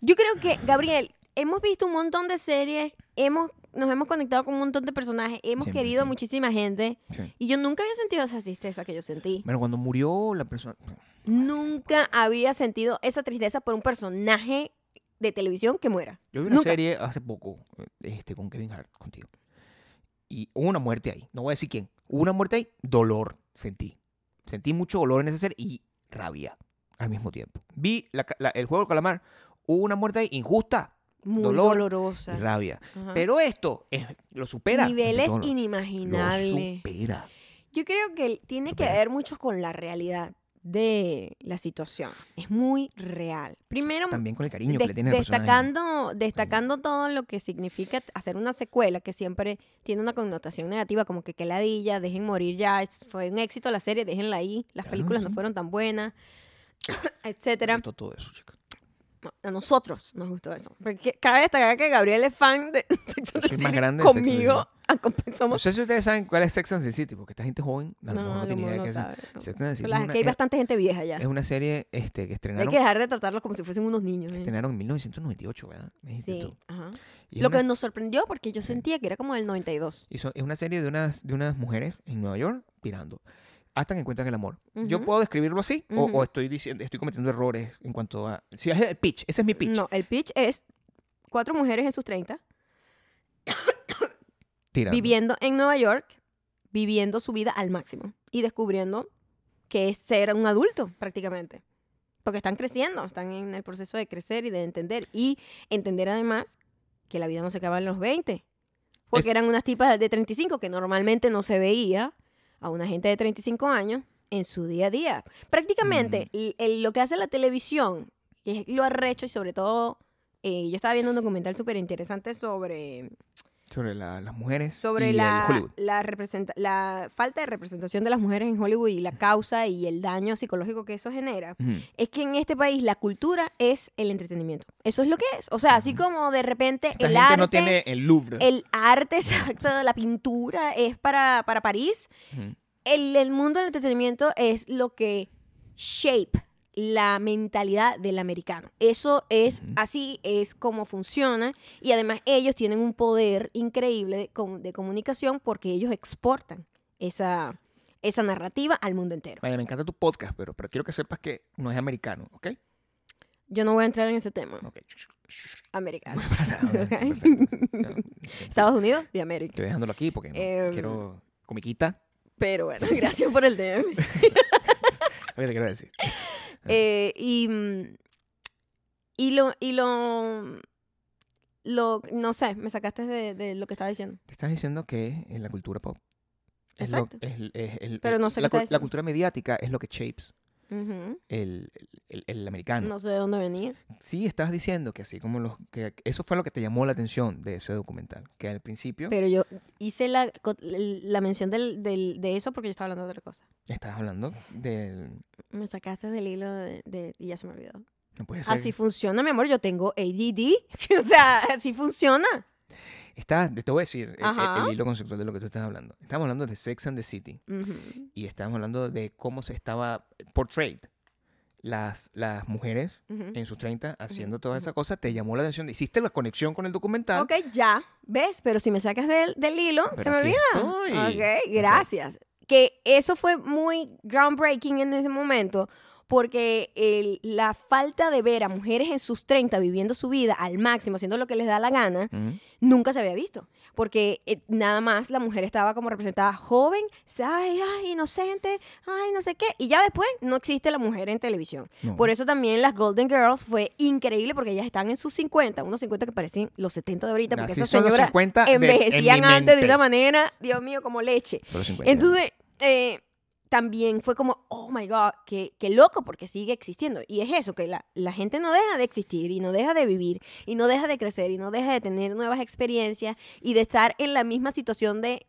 A: Yo creo que, Gabriel, hemos visto un montón de series, hemos, nos hemos conectado con un montón de personajes, hemos
B: Siempre,
A: querido a
B: siempre.
A: muchísima gente. Y yo nunca había sentido esa tristeza que yo sentí.
B: Bueno, cuando murió la persona...
A: Nunca había sentido esa tristeza por un personaje de televisión que muera.
B: Yo vi una
A: Nunca.
B: serie hace poco este, con Kevin Hart, contigo. Y hubo una muerte ahí. No voy a decir quién. Hubo una muerte ahí. Dolor sentí. Sentí mucho dolor en esa serie y rabia al mismo tiempo. Vi la ca- la- el juego del calamar. Hubo una muerte ahí injusta
A: Muy
B: Dolor y
A: dolorosa.
B: y rabia.
A: Ajá.
B: Pero esto es, lo supera.
A: Niveles
B: Todo lo- Lo
A: inimaginables.
B: supera.
A: Yo creo que tiene que
B: Supera.
A: ver mucho con la realidad de la situación. Es muy real. Primero,
B: También con el cariño que
A: des-
B: le tiene al personaje.
A: destacando, destacando todo lo que significa t- hacer una secuela, que siempre tiene una connotación negativa, como que qué ladilla, dejen morir ya, es- fue un éxito la serie, déjenla ahí, las
B: Claro,
A: películas no
B: sí.
A: fueron tan buenas,
B: Me
A: etcétera.
B: gustó todo eso, chica.
A: No, A nosotros nos gustó eso. Porque cabe destacar que Gabriel es fan de Sex and the
B: soy más
A: City.
B: grande de Sex and the
A: Conmigo, acom-
B: No
A: somos...
B: sé si ustedes saben cuál es Sex and the City, porque esta gente joven a lo
A: No,
B: mejor no,
A: a lo
B: tenía
A: mejor
B: idea
A: no
B: que
A: sabe, no.
B: Sex and the City
A: Pero la-
B: es una-
A: que hay
B: es-
A: bastante gente vieja ya.
B: es una serie este, que
A: Hay
B: estrenaron
A: que dejar de tratarlos como si fuesen unos niños. ¿eh?
B: Estrenaron en 1998, ¿verdad? Me dijiste
A: Sí,
B: tú.
A: ajá.
B: Y es
A: Lo
B: una-
A: que nos sorprendió porque yo
B: Sí.
A: sentía que era como del 92.
B: y son- es una serie de unas, de unas mujeres en Nueva York tirando hasta que encuentran el amor. Yo
A: Ujú.
B: puedo describirlo así o- o,
A: Ujú.
B: estoy diciendo estoy cometiendo errores en cuanto a si es el pitch, ese es mi pitch.
A: No, el pitch es cuatro mujeres en sus 30
B: Tirando.
A: viviendo en Nueva York, viviendo su vida al máximo y descubriendo que es ser un adulto prácticamente. Porque están creciendo, están en el proceso de crecer y de entender. Y entender además que la vida no se acaba en los 20. Porque
B: Es-
A: eran unas tipas de 35 que normalmente no se veía a una gente de 35 años en su día a día. Prácticamente l- el- lo que hace la televisión, que es lo arrecho y sobre todo, eh, yo estaba viendo un documental súper interesante sobre,
B: Sobre la- las mujeres.
A: sobre
B: y el
A: la,
B: Hollywood.
A: la, representa- la falta de representación de las mujeres en Hollywood y la causa y el daño psicológico que eso genera
B: Ujú.
A: es que en este país la cultura es el entretenimiento. Eso es lo que es. O sea, así como de repente
B: Esta
A: el
B: gente
A: arte.
B: no tiene el Louvre.
A: El arte, exacto, la pintura es para, para París.
B: Ujú.
A: El, el mundo del entretenimiento es lo que shape la mentalidad del americano. Eso es así, es como funciona. Y además ellos tienen un poder increíble de, com- de comunicación porque ellos exportan esa, esa narrativa al mundo entero.
B: Vaya, me encanta tu podcast, pero, pero quiero que sepas que no es americano, ¿ok?
A: Yo no voy a entrar en ese tema.
B: Ok.
A: Americano. Ok.
B: Perfecto. Ya, ya.
A: Estados Unidos de América.
B: Estoy dejándolo aquí porque no
A: Em.
B: quiero comiquita.
A: Pero bueno, gracias por el DM.
B: Lo que te quiero decir.
A: Eh, y, mm, y lo, y lo, lo, no sé, me sacaste de, de lo que estaba diciendo.
B: Te estás diciendo que en la cultura pop. es lo-
A: Exacto.
B: es- es- el-
A: Pero
B: el-
A: no sé
B: la,
A: qué
B: cul-
A: estás
B: la
A: diciendo.
B: cultura mediática es lo que shapes
A: Ujú.
B: el, el- el- el americano.
A: No sé de dónde venía.
B: Sí, estabas diciendo que así como los. que eso fue lo que te llamó la atención de ese documental. Que al principio
A: Pero yo hice la, co- la mención del, del- de eso porque yo estaba hablando de otra cosa.
B: estabas hablando del.
A: Me sacaste del hilo de, de- y ya se me olvidó.
B: No puede ser.
A: Así funciona, mi amor. Yo tengo ADD. o sea, así funciona.
B: Está, te voy a decir el- el,
A: Ajá.
B: el hilo conceptual de lo que tú estás hablando. Estamos hablando de Sex and the City
A: Ujú,
B: y estamos hablando de cómo se estaba portrayed las, las mujeres
A: ujú.
B: en sus 30 haciendo
A: Ujú,
B: toda esa cosa. Te llamó la atención, hiciste la conexión con el documental.
A: Ok, ya. ¿Ves? Pero si me sacas del, del hilo,
B: Pero
A: Ah, se me
B: aquí
A: olvida.
B: estoy.
A: Ok, gracias. Que eso fue muy groundbreaking en ese momento, porque el- la falta de ver a mujeres en sus 30 viviendo su vida al máximo, haciendo lo que les da la gana,
B: Ujú.
A: nunca se había visto. Porque eh, nada más la mujer estaba como representada joven, ay, ay, inocente, ay, no sé qué. Y ya después no existe la mujer en televisión.
B: No.
A: Por eso también las Golden Girls fue increíble porque ellas están en sus 50, unos 50 que parecen los 70 de ahorita, porque
B: Así
A: esas
B: son los
A: señoras
B: 50 de- en mi
A: envejecían antes de
B: mente.
A: una manera, Dios mío, como leche.
B: Solo 50.
A: Entonces, eh, también fue como, oh my God, qué, qué loco, porque sigue existiendo. Y es eso, que la, la gente no deja de existir y no deja de vivir y no deja de crecer y no deja de tener nuevas experiencias y de estar en la misma situación de,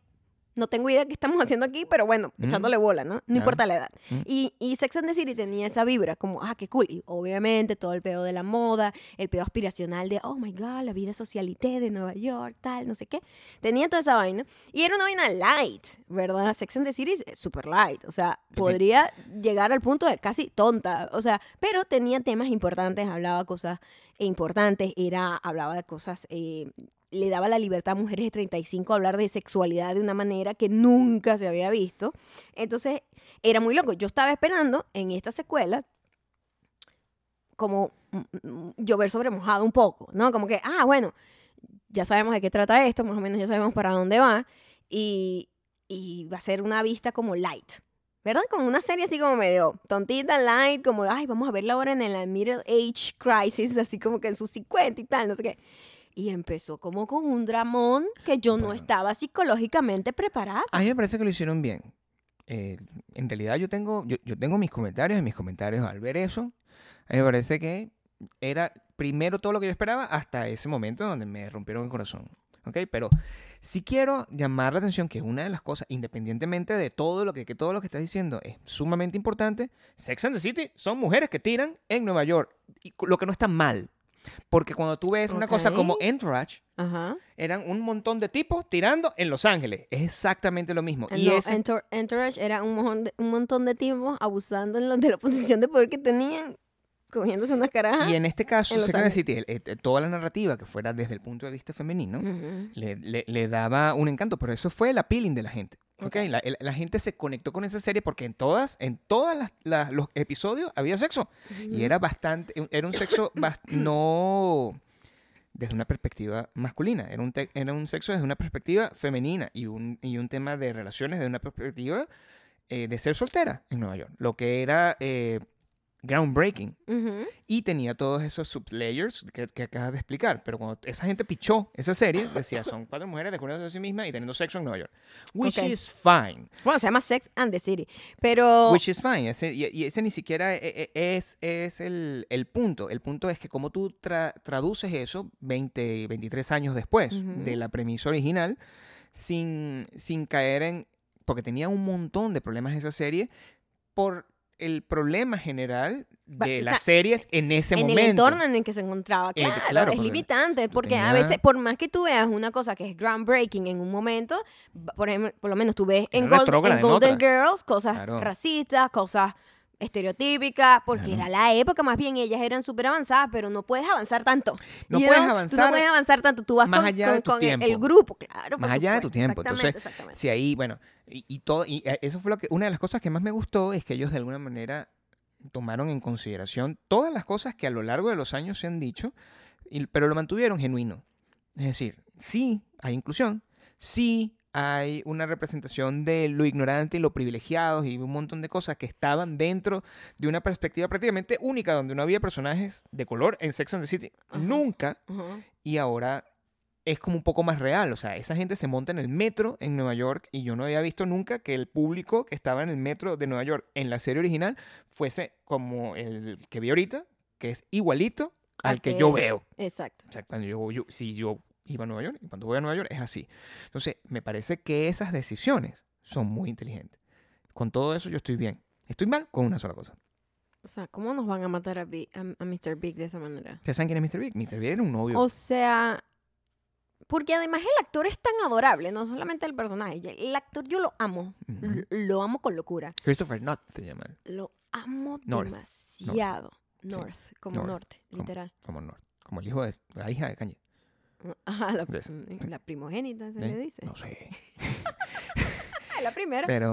A: no tengo idea qué estamos haciendo aquí, pero bueno,
B: Mm.
A: echándole bola, ¿no? No
B: Claro.
A: importa la edad.
B: Mm.
A: Y, y Sex and the City tenía esa vibra, como, ah, qué cool. Y obviamente todo el pedo de la moda, el pedo aspiracional de, oh my God, la vida socialité de Nueva York, tal, no sé qué. Tenía toda esa vaina. Y era una vaina light, ¿verdad? Sex and the City es super light. O sea,
B: Porque-
A: podría llegar al punto de casi tonta. O sea, pero tenía temas importantes, hablaba cosas importantes, era, hablaba de cosas. eh, le daba la libertad a mujeres de 35 a hablar de sexualidad de una manera que nunca se había visto. Entonces, era muy loco. Yo estaba esperando en esta secuela como mm, mm, llover sobre mojado un poco, ¿no? Como que, ah, bueno, ya sabemos de qué trata esto, más o menos ya sabemos para dónde va, y, y va a ser una vista como light, ¿verdad? Como una serie así como medio tontita, light, como, ay, vamos a verla ahora en el Middle Age Crisis, así como que en sus 50 y tal, no sé qué. Y empezó como con un dramón que yo no
B: Bueno.
A: estaba psicológicamente preparada.
B: A mí me parece que lo hicieron bien. Eh, en realidad yo tengo, yo, yo tengo mis comentarios y mis comentarios al ver eso. A mí me parece que era primero todo lo que yo esperaba hasta ese momento donde me rompieron el corazón. ¿Ok? Pero sí quiero llamar la atención que una de las cosas, independientemente de todo lo que, que todo lo que estás diciendo, es sumamente importante. Sex and the City son mujeres que tiran en Nueva York. Y lo que no está mal. Porque cuando tú ves una cosa
A: Ok.
B: como Entourage,
A: Ajá.
B: eran un montón de tipos tirando en Los Ángeles. Es exactamente lo mismo. Y
A: No,
B: ese-
A: Entour- Entourage era un mojón de- un montón de, tipos abusando en la- de la posición de poder que tenían, cogiéndose unas carajas.
B: y en este
A: ah,
B: caso,
A: en Los
B: Sex and the
A: Ángeles.
B: City, el- el- el- eh, toda la narrativa que fuera desde el punto de vista femenino,
A: Ujú.
B: le, le- le daba un encanto, pero eso fue el appealing de la gente. ¿ok?
A: Ok.
B: La, el- la gente se conectó con esa serie porque en todas, en todas las, las- los episodios había sexo.
A: Mm.
B: Y era bastante, era un sexo bas- no desde una perspectiva masculina, era un, te- era un sexo desde una perspectiva femenina y un, y un tema de relaciones desde una perspectiva eh, de ser soltera en Nueva York. Lo que era eh, groundbreaking.
A: Ujú.
B: Y tenía todos esos sublayers que, que acabas de explicar. Pero cuando esa gente pichó esa serie, decía, son cuatro mujeres descubriéndose a sí mismas y teniendo sexo en Nueva York. Which
A: Ok.
B: is fine.
A: Bueno, se llama Sex and the City. Pero.
B: Which is fine. Ese- y, y ese ni siquiera e- e- es, es el, el punto. El punto es que cómo tú tra- traduces eso 20, 23 años después
A: Ujú.
B: de la premisa original sin, sin caer en... Porque tenía un montón de problemas esa serie por el problema general
A: Va-
B: de
A: o
B: las
A: sea,
B: series en ese
A: en
B: momento.
A: el entorno en el que se encontraba.
B: Eh,
A: Claro,
B: claro,
A: es
B: porque
A: limitante, porque
B: tenía-
A: a veces, por más que tú veas una cosa que es groundbreaking en un momento, va- por, ejemplo, por lo menos tú ves en,
B: Era
A: Gold-
B: retrógrada
A: en
B: en
A: Golden
B: otra.
A: Girls cosas
B: Claro.
A: racistas, cosas estereotípicas, porque
B: Claro.
A: era la época, más bien ellas eran súper avanzadas, pero no puedes avanzar tanto.
B: No
A: You know,
B: puedes
A: Tú no
B: avanzar
A: puedes avanzar tanto, tú vas
B: más
A: con,
B: allá
A: con-
B: de tu
A: con el,
B: tiempo.
A: el grupo, claro. por
B: más allá de tu
A: supuesto,
B: tiempo. Entonces,
A: Exactamente, exactamente.
B: si ahí, bueno, y, y todo, y eh, eso fue lo que, una de las cosas que más me gustó es que ellos de alguna manera tomaron en consideración todas las cosas que a lo largo de los años se han dicho, y- pero lo mantuvieron genuino. Es decir, sí hay inclusión, sí hay una representación de lo ignorante y lo privilegiados y un montón de cosas que estaban dentro de una perspectiva prácticamente única donde no había personajes de color en Sex and the City.
A: Ajá.
B: Nunca
A: Ujú.
B: y ahora es como un poco más real. O sea, esa gente se monta en el metro en Nueva York y yo no había visto nunca que el público que estaba en el metro de Nueva York en la serie original fuese como el que vi ahorita, que es igualito al
A: Al
B: que
A: que-
B: yo veo.
A: Exacto.
B: O sea, cuando yo, yo- si yo iba a Nueva York y cuando voy a Nueva York es así. Entonces, me parece que esas decisiones son muy inteligentes. Con todo eso yo estoy bien. Estoy mal con una sola cosa.
A: O sea, ¿cómo nos van a matar a, Big- a, a Mr. Big de esa manera?
B: ¿Ustedes saben quién es Mr. Big? Mr. Big era un novio.
A: O sea, porque además el actor es tan adorable, no solamente el personaje. ya- El actor yo lo amo.
B: Ujú.
A: L- Lo amo con locura.
B: Christopher Nutt se llama él,
A: Lo amo
B: North,
A: demasiado. North, como
B: North,
A: norte,
B: como-
A: literal.
B: como, Nor- como el hijo de la hija de Kanye.
A: Ajá, la,
B: Yes.
A: la primogénita se
B: ¿Eh?
A: le dice.
B: No sé.
A: Ah, la primera.
B: Pero,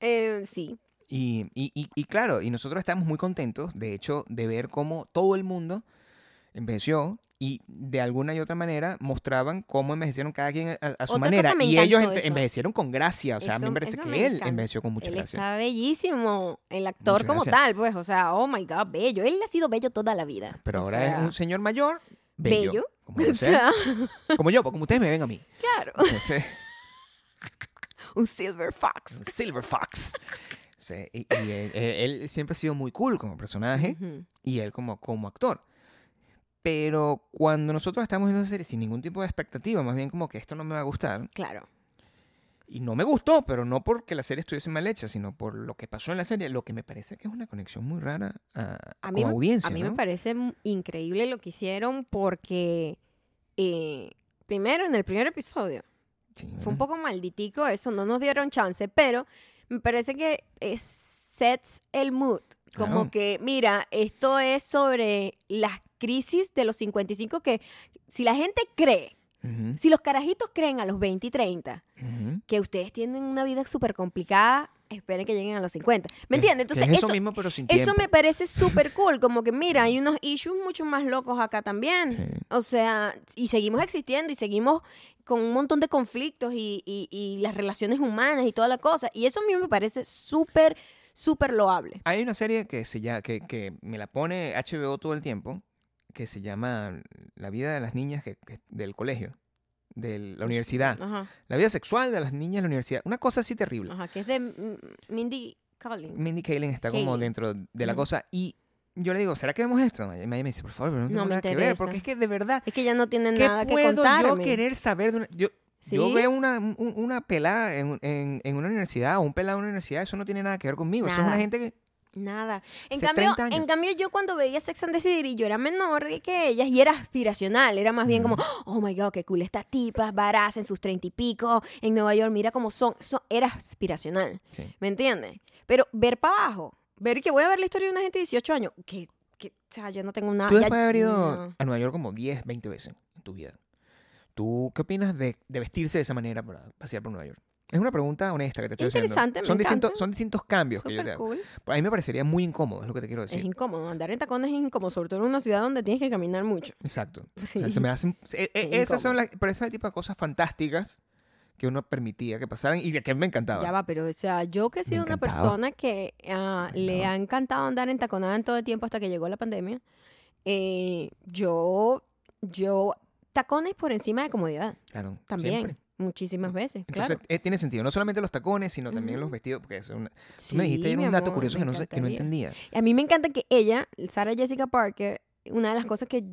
A: Eh, sí.
B: y, y- y- y claro, y nosotros estamos muy contentos, de hecho, de ver cómo todo el mundo envejeció y de alguna y otra manera mostraban cómo envejecieron cada quien a, a su
A: Otra
B: manera.
A: cosa me
B: Y ellos
A: encantó
B: ente-
A: eso.
B: envejecieron con gracia. O sea, a mí
A: Eso-
B: me parece
A: eso
B: que
A: me
B: él
A: encanta.
B: envejeció con mucha
A: Él
B: gracia.
A: está bellísimo. El actor
B: Muchas
A: como
B: gracias.
A: tal, pues, o sea, oh my God, bello. Él ha sido bello toda la vida.
B: Pero
A: O
B: ahora
A: sea,
B: es un señor mayor, bello.
A: bello.
B: Como, debe
A: O
B: ser.
A: sea,
B: como yo, como ustedes me ven a mí.
A: claro.
B: Entonces,
A: Un silver fox.
B: un Silver Fox. Sí, y y él, él- él siempre ha sido muy cool como personaje.
A: Ujú.
B: y él como, como actor. Pero cuando nosotros estamos viendo esa serie sin ningún tipo de expectativa, más bien como que esto no me va a gustar,
A: Claro.
B: y no me gustó, pero no porque la serie estuviese mal hecha, sino por lo que pasó en la serie, lo que me parece que es una conexión muy rara a,
A: A
B: con
A: mí me-
B: audiencia.
A: A mí me
B: ¿no?
A: parece m- increíble lo que hicieron porque, eh, primero, en el primer episodio,
B: Sí,
A: fue un
B: ¿verdad?
A: poco malditico eso, no nos dieron chance, pero me parece que es- sets el mood. Como
B: Claro.
A: que, mira, esto es sobre las crisis de los 55 que si la gente cree,
B: Ujú,
A: si los carajitos creen a los 20 y 30
B: ujú.
A: que ustedes tienen una vida súper complicada, esperen que lleguen a los 50. ¿Me entiendes?
B: Que
A: Entonces,
B: es
A: eso,
B: mismo, pero sin
A: eso
B: tiempo.
A: me parece súper cool. Como que, mira, hay unos issues mucho más locos acá también.
B: Sí.
A: O sea, y seguimos existiendo y seguimos con un montón de conflictos y, y- y las relaciones humanas y toda la cosa. Y eso a mí me parece súper, súper loable.
B: Hay una serie que, se llama, que, que me la pone HBO todo el tiempo, que se llama La vida de las niñas que- que- del colegio, de la universidad.
A: Ajá,
B: La vida sexual de las niñas en la universidad. Una cosa así terrible.
A: ajá, que es de mm, Mindy Collins.
B: Mindy Kaling está como
A: Kaling.
B: dentro de la
A: Ujú.
B: cosa. Y yo le digo, ¿será que vemos esto? Y Maya me dice, por favor, pero no tengo
A: No me
B: nada que ver.
A: interesa.
B: Porque es que de verdad,
A: Es que ya no tiene
B: ¿qué
A: nada que
B: puedo yo
A: contarme.
B: querer saber de una... Yo,
A: ¿Sí?
B: yo veo una, un- una pelada en, en- en una universidad o un pelado en una universidad, eso no tiene nada que ver conmigo. Eso es
A: Nada.
B: una gente que...
A: Nada. En
B: Hace
A: cambio,
B: 30 años.
A: en cambio, yo cuando veía Sex and the City, yo era menor que ellas y era aspiracional. Era más bien como, oh my god, qué cool estas tipas, varas en sus treinta y pico, en Nueva York, mira cómo son. Eso era aspiracional.
B: Sí.
A: ¿Me entiendes? Pero ver para abajo, ver que voy a ver la historia de una gente de 18 años, que, que o sea, yo no tengo nada.
B: Tú
A: Ah, ya-
B: después de haber ido
A: no.
B: a Nueva York como 10, 20 veces en tu vida, ¿tú qué opinas de, de vestirse de esa manera para pasear por Nueva York? Es una pregunta honesta que te estoy
A: Interesante,
B: haciendo.
A: me
B: son, distintos,
A: encanta.
B: son distintos cambios que yo pues te
A: Súper
B: hago.
A: cool.
B: A mí me parecería muy incómodo, es lo que te quiero
A: Es
B: decir.
A: incómodo. Andar en tacones es incómodo, sobre todo en una ciudad donde tienes que caminar mucho.
B: Exacto. O
A: Sí.
B: sea, se me hacen, e- e-
A: Es
B: esas son
A: incómodo.
B: las, pero ese tipo de cosas fantásticas que uno permitía que pasaran y que me encantaba.
A: Ya va, pero o sea, yo que he
B: Ah, Me
A: sido una
B: encantaba.
A: persona que ah, le
B: encantaba.
A: ha encantado andar en taconada en todo el tiempo hasta que llegó la pandemia, eh, yo, yo, tacones por encima de comodidad,
B: Claro,
A: también,
B: siempre.
A: muchísimas veces,
B: Entonces
A: claro.
B: eh, tiene sentido, no solamente los tacones, sino también
A: Ujú.
B: los vestidos, porque eso es una- tú me dijiste
A: Sí,
B: ayer
A: mi
B: un dato
A: amor,
B: curioso
A: me
B: que no, sé- que no
A: encantaría.
B: entendía.
A: A mí me encanta que ella, Sarah Jessica Parker, una de las cosas que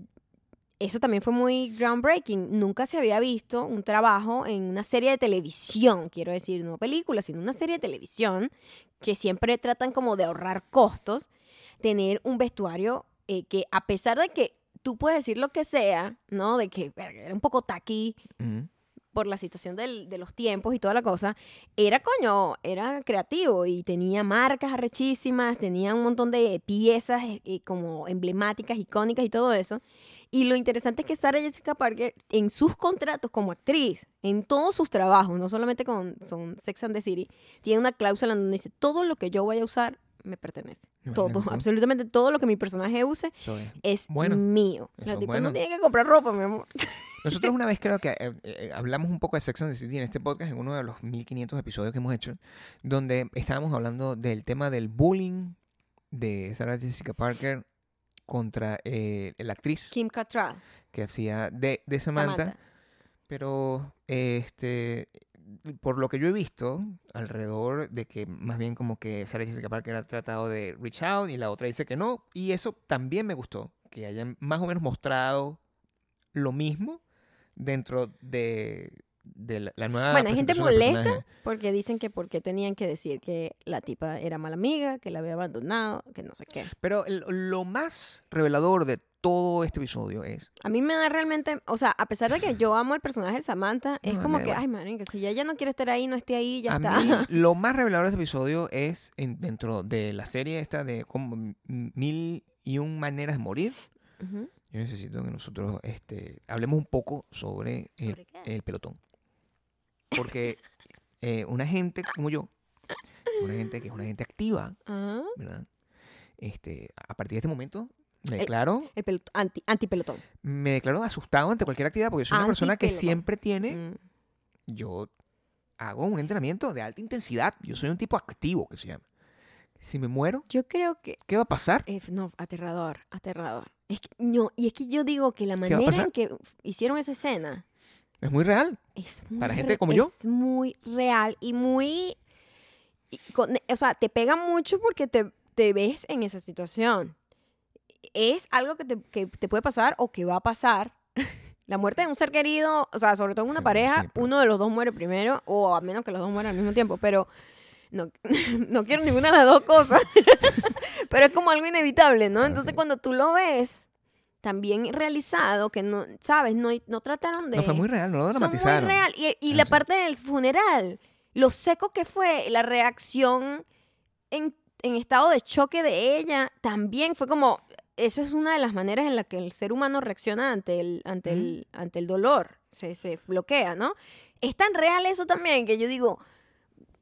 A: eso también fue muy groundbreaking. Nunca se había visto un trabajo en una serie de televisión, quiero decir, no película, sino una serie de televisión, que siempre tratan como de ahorrar costos, tener un vestuario eh, que a pesar de que tú puedes decir lo que sea, ¿no? De que verga, era un poco taqui
B: Ujú.
A: por la situación del- de los tiempos y toda la cosa, era coño, era creativo y tenía marcas arrechísimas, tenía un montón de piezas eh, eh, como emblemáticas, icónicas y todo eso. Y lo interesante es que Sarah Jessica Parker, en sus contratos como actriz, en todos sus trabajos, no solamente con son Sex and the City, tiene una cláusula en donde dice, todo lo que yo vaya a usar me pertenece.
B: Imagínate
A: Todo,
B: tú.
A: absolutamente todo lo que mi personaje use
B: Eso es.
A: es
B: Bueno,
A: mío.
B: eso
A: La
B: es
A: tipa
B: bueno.
A: no tiene que comprar ropa, mi amor.
B: Nosotros una vez creo que eh, eh, hablamos un poco de Sex and the City en este podcast, en uno de los 1500 episodios que hemos hecho, donde estábamos hablando del tema del bullying de Sarah Jessica Parker contra eh, la actriz
A: Kim Cattrall,
B: que hacía de, de Samantha,
A: Samantha.
B: Pero, este, por lo que yo he visto, alrededor de que más bien como que Sarah Jessica Parker ha tratado de reach out y la otra dice que no. Y eso también me gustó, que hayan más o menos mostrado lo mismo dentro de, de la, la nueva.
A: Bueno, hay gente
B: presentación del
A: molesta,
B: personaje.
A: Porque dicen que porque tenían que decir que la tipa era mala amiga, que la había abandonado, que no sé qué.
B: Pero el- lo más revelador de todo este episodio es.
A: A mí me da realmente, o sea, a pesar de que yo amo el personaje de Samantha, es
B: No,
A: como
B: me da
A: que,
B: igual.
A: ay, man, que si ella ya no quiere estar ahí, no esté ahí, ya
B: a
A: está.
B: mí, lo más revelador de este episodio es en- dentro de la serie esta de como m- mil y un maneras de morir.
A: Ujú.
B: Yo necesito que nosotros este, hablemos un poco sobre el,
A: ¿Sobre qué?
B: el pelotón. Porque eh, una gente como yo, una gente que es una gente activa,
A: Ajá.
B: ¿verdad? Este, a partir de este momento me
A: El-
B: declaro,
A: El pelot- anti, antipelotón.
B: me declaro asustado ante cualquier actividad porque soy una persona que
A: Antipelotón.
B: siempre tiene,
A: Mm.
B: yo hago un entrenamiento de alta intensidad, yo soy un tipo activo que se llama. Si me muero,
A: Yo creo que,
B: ¿qué va a pasar?
A: eh, no, aterrador, aterrador. Es que, no, y es que yo digo que la
B: ¿Qué va a
A: manera
B: pasar?
A: en que hicieron esa escena
B: Es muy real.
A: es muy
B: Para gente
A: re-
B: como yo.
A: Es muy real y muy... y con- o sea, te pega mucho porque te, te ves en esa situación. Es algo que te, que te puede pasar o que va a pasar. La muerte de un ser querido, o sea, sobre todo en una
B: Sí,
A: pareja,
B: sí, pero-
A: uno de los dos muere primero, o a menos que los dos mueran al mismo tiempo, pero no, no quiero ninguna de las dos cosas. pero es como algo inevitable, ¿no?
B: Claro,
A: Entonces
B: sí.
A: cuando tú lo ves también realizado, que no, sabes, no, no trataron de
B: No fue muy real, no lo
A: son
B: dramatizaron.
A: muy real. Y, y
B: Ah,
A: la
B: sí.
A: parte del funeral, lo seco que fue, la reacción en, en estado de choque de ella, también fue como, eso es una de las maneras en la que el ser humano reacciona ante el, ante el, ante el dolor, se, se bloquea, ¿no? Es tan real eso también que yo digo...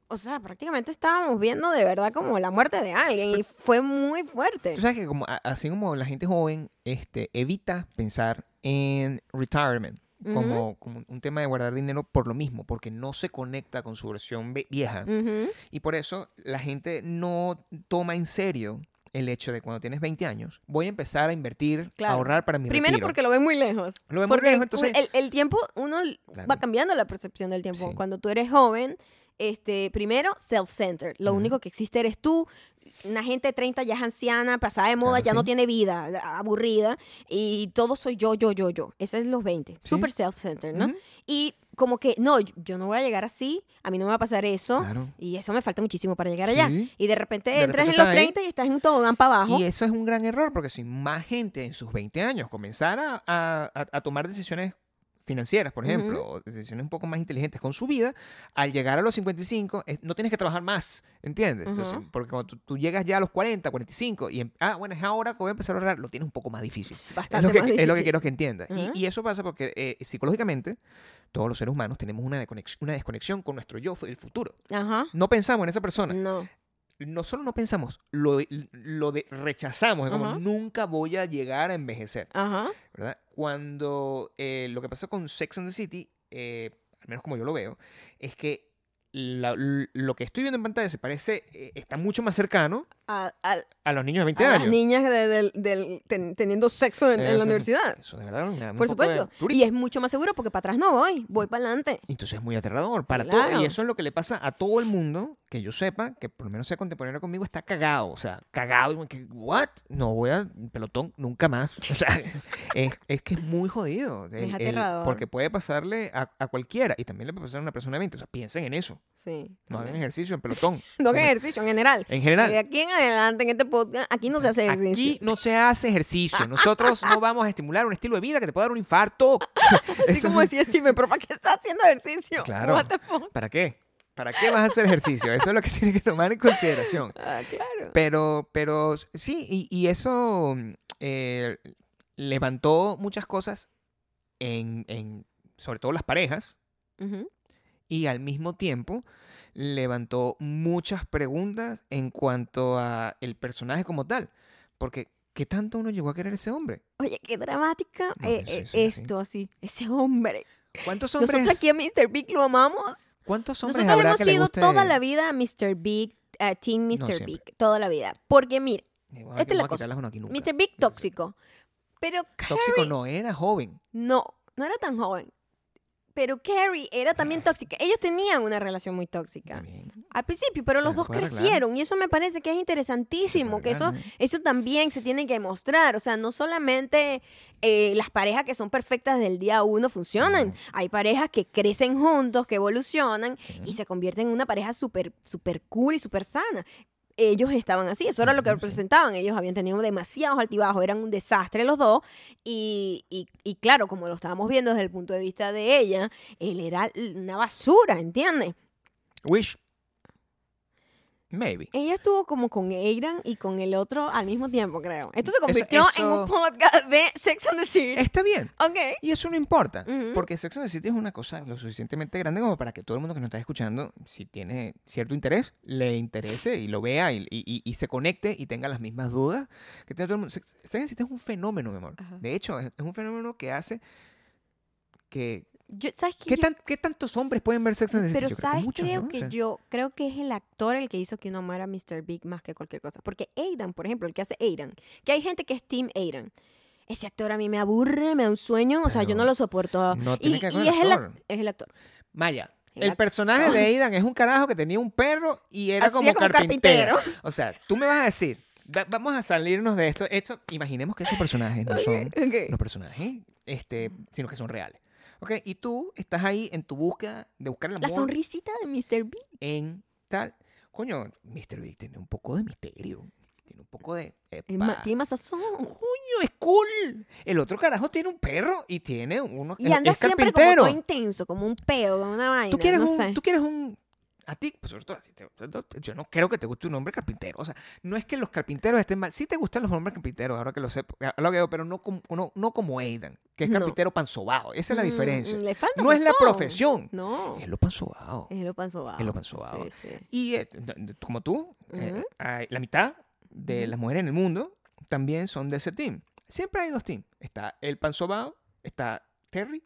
A: O sea, prácticamente estábamos viendo de verdad como la muerte de alguien y fue muy fuerte.
B: Tú sabes que como, a- así como la gente joven este, evita pensar en retirement como, como un tema de guardar dinero por lo mismo, porque no se conecta con su versión ve- vieja.
A: Ujú.
B: Y por eso la gente no toma en serio el hecho de cuando tienes 20 años, voy a empezar a invertir, a
A: Claro.
B: ahorrar para mi
A: Primero
B: retiro.
A: porque lo ven muy lejos.
B: Lo ve muy
A: Porque
B: lejos, entonces-
A: un- el, el tiempo, uno l-
B: Claro.
A: va cambiando la percepción del tiempo.
B: Sí.
A: Cuando tú eres joven, este, primero, self-centered. Lo
B: Ujú.
A: único que existe eres tú. Una gente de 30 ya es anciana, pasada de moda,
B: Claro,
A: ya no
B: sí.
A: tiene vida, la- aburrida. Y todo soy yo, yo, yo, yo. Eso es los 20.
B: Sí.
A: Súper self-centered, ¿no?
B: Ujú.
A: Y como que, no, yo- yo no voy a llegar así, a mí no me va a pasar eso.
B: Claro.
A: Y eso me falta muchísimo para llegar allá.
B: Sí.
A: Y de repente
B: De
A: entras
B: repente
A: en los
B: estás ahí.
A: 30 y estás en un tobogán para abajo.
B: Y eso es un gran error, porque si más gente en sus 20 años comenzara a, a- a tomar decisiones financieras, por ejemplo, o decisiones un poco más inteligentes con su vida, al llegar a los 55 es- no tienes que trabajar más, ¿entiendes? Entonces,
A: Ujú.
B: porque cuando tú, tú llegas ya a los 40, 45 y, em- ah, bueno, es ahora que voy a empezar a ahorrar, lo tienes un poco más difícil.
A: Es
B: Es
A: bastante
B: lo, que,
A: más
B: es lo que
A: difícil.
B: quiero que entiendas. Y-
A: Ujú.
B: y, eso pasa porque eh, psicológicamente todos los seres humanos tenemos una, desconex- una desconexión con nuestro yo del futuro.
A: Ajá.
B: No pensamos en esa persona
A: No.
B: no solo no pensamos, lo, lo de- rechazamos, es como
A: Ajá.
B: nunca voy a llegar a envejecer,
A: Ajá.
B: ¿verdad? Cuando eh, lo que pasó con Sex and the City, eh, al menos como yo lo veo, es que la- lo que estoy viendo en pantalla se parece, eh, está mucho más cercano
A: A, a-
B: a los niños de 20
A: a las
B: años.
A: niñas de- del- del- ten- teniendo sexo en, en
B: Eso
A: la
B: sí.
A: universidad.
B: Eso de verdad. me da un
A: Por
B: poco de
A: supuesto.
B: turista.
A: Y es mucho más seguro porque para atrás no voy, voy para adelante.
B: Entonces es muy aterrador para todo.
A: Claro.
B: Y eso es lo que le pasa a todo el mundo, que yo sepa, que por lo menos sea contemporáneo conmigo, está cagado. O sea, cagado. y que, ¿What? No voy a pelotón nunca más. O sea, es, es que es muy jodido. El- el-
A: aterrador.
B: porque puede pasarle a, a cualquiera. Y también le puede pasar a una persona de 20. O sea, piensen en eso.
A: Sí.
B: No hagan
A: también.
B: ejercicio en pelotón.
A: No hagan ejercicio en general.
B: En
A: De
B: general.
A: aquí en adelante, en este podcast, aquí no se hace ejercicio.
B: Aquí no se hace ejercicio. Nosotros no vamos a estimular un estilo de vida que te pueda dar un infarto.
A: Así
B: Eso-
A: como decía Steven, pero ¿para qué está haciendo ejercicio?
B: Claro.
A: What the fuck?
B: ¿Para qué? ¿Para qué vas a hacer ejercicio? Eso es lo que tienes que tomar en consideración.
A: Ah, claro.
B: Pero, pero sí, y, y eso mm, eh, levantó muchas cosas en, en, sobre todo las parejas,
A: Ujú.
B: y al mismo tiempo levantó muchas preguntas en cuanto a el personaje como tal. Porque, ¿qué tanto uno llegó a querer ese hombre?
A: Oye, qué dramática
B: No,
A: eh,
B: sí,
A: eh,
B: sí, sí.
A: esto así. Ese hombre.
B: ¿Cuántos
A: Nosotros
B: hombres,
A: aquí a Mr. Big lo amamos.
B: ¿cuántos hombres
A: Nosotros
B: habrá
A: hemos
B: que le
A: sido
B: guste?
A: toda la vida Mr. Big, eh, Team
B: No,
A: Mr.
B: siempre.
A: Big. Toda la vida. Porque, mira,
B: Bueno,
A: Esta es
B: aquí
A: Este la
B: vamos a
A: cosa.
B: quitarlas uno aquí nunca.
A: Mr. Big tóxico. Pero
B: Tóxico no, era joven.
A: No, no era tan joven. Pero Carrie era también tóxica. Ellos tenían una relación muy tóxica
B: También. Se
A: al principio, pero
B: Se
A: los
B: les
A: dos
B: puede arreglar.
A: crecieron y eso me parece que es interesantísimo, que eso,
B: arreglan, ¿eh?
A: eso también se tiene que mostrar. O sea, no solamente eh, las parejas que son perfectas del día uno funcionan.
B: No.
A: Hay parejas que crecen juntos, que evolucionan
B: Sí.
A: y se convierten en una pareja súper, súper cool y súper sana. Ellos estaban así, eso era lo que
B: Ujú, sí.
A: representaban. Ellos habían tenido demasiados altibajos, eran un desastre los dos. Y, y- y claro, como lo estábamos viendo desde el punto de vista de ella, él era una basura, ¿entiendes?
B: Wish. Maybe.
A: Ella estuvo como con Aidan y con el otro al mismo tiempo, creo. Esto se convirtió en
B: eso-
A: un podcast de Sex and the City.
B: Está bien.
A: Ok.
B: Y eso no importa,
A: Ujú.
B: porque Sex and the City es una cosa lo suficientemente grande como para que todo el mundo que nos está escuchando, si tiene cierto interés, le interese y lo vea y, y- y- y se conecte y tenga las mismas dudas que tiene todo el mundo. Sex, Sex and the City es un fenómeno, mi amor.
A: Ajá.
B: De hecho, es, es un fenómeno que hace que...
A: Yo- ¿Sabes qué?
B: ¿Qué,
A: Yo-
B: tan- qué tantos hombres pueden ver Sex and the City?
A: pero
B: Yo creo que
A: sabes,
B: muchos,
A: creo
B: ¿no? O
A: que
B: sea,
A: yo creo que es el actor el que hizo que uno amara a Mr. Big más que cualquier cosa. Porque Aidan, por ejemplo, el que hace Aidan, que hay gente que es Team Aidan. Ese actor a mí me aburre, me da un sueño, o sea, yo
B: Pero
A: no lo soporto.
B: no
A: Y-
B: tiene
A: y
B: que ver con el
A: es, el ac-
B: actor.
A: es el actor.
B: Maya,
A: El
B: el
A: actor.
B: personaje de Aidan es un carajo que tenía un perro y era
A: Hacía
B: como,
A: como
B: carpintero.
A: carpintero.
B: O sea, tú me vas a decir, da- vamos a salirnos de esto. esto. Imaginemos que esos personajes no son
A: Ok.
B: los personajes, este, sino que son reales. ¿Ok? Y tú estás ahí en tu búsqueda de buscar el
A: La
B: amor
A: sonrisita de Mr. Big.
B: en tal. Coño, Mr. Big tiene un poco de misterio. Tiene un poco de.
A: es
B: epa,
A: ma- Tiene más sazón.
B: coño, es cool. El otro carajo tiene un perro y tiene uno.
A: Y
B: es-
A: anda
B: es
A: siempre como
B: carpintero.
A: todo intenso, como un pedo, como una vaina.
B: ¿Tú quieres,
A: no
B: un,
A: sé.
B: tú quieres un. A ti, pues, sobre todo, a ti te- te- te- yo no creo que te guste un hombre carpintero. O sea, no es que los carpinteros estén mal. Sí te gustan los hombres carpinteros, ahora que lo sé, ahora que veo, pero no como, no, no como Aidan, que es
A: No.
B: carpintero panzobado. Esa es la
A: Mm,
B: diferencia.
A: le falta
B: No es la
A: sazón.
B: profesión.
A: No. Eh.
B: Es lo panzobado.
A: Es lo panzobado.
B: Es lo panzobado.
A: Sí, sí.
B: Y eh, n- n- como tú, eh,
A: Ujú.
B: hay- la mitad de las mujeres en el mundo también son de ese team. Siempre hay dos teams. Está el panzobado, está Terry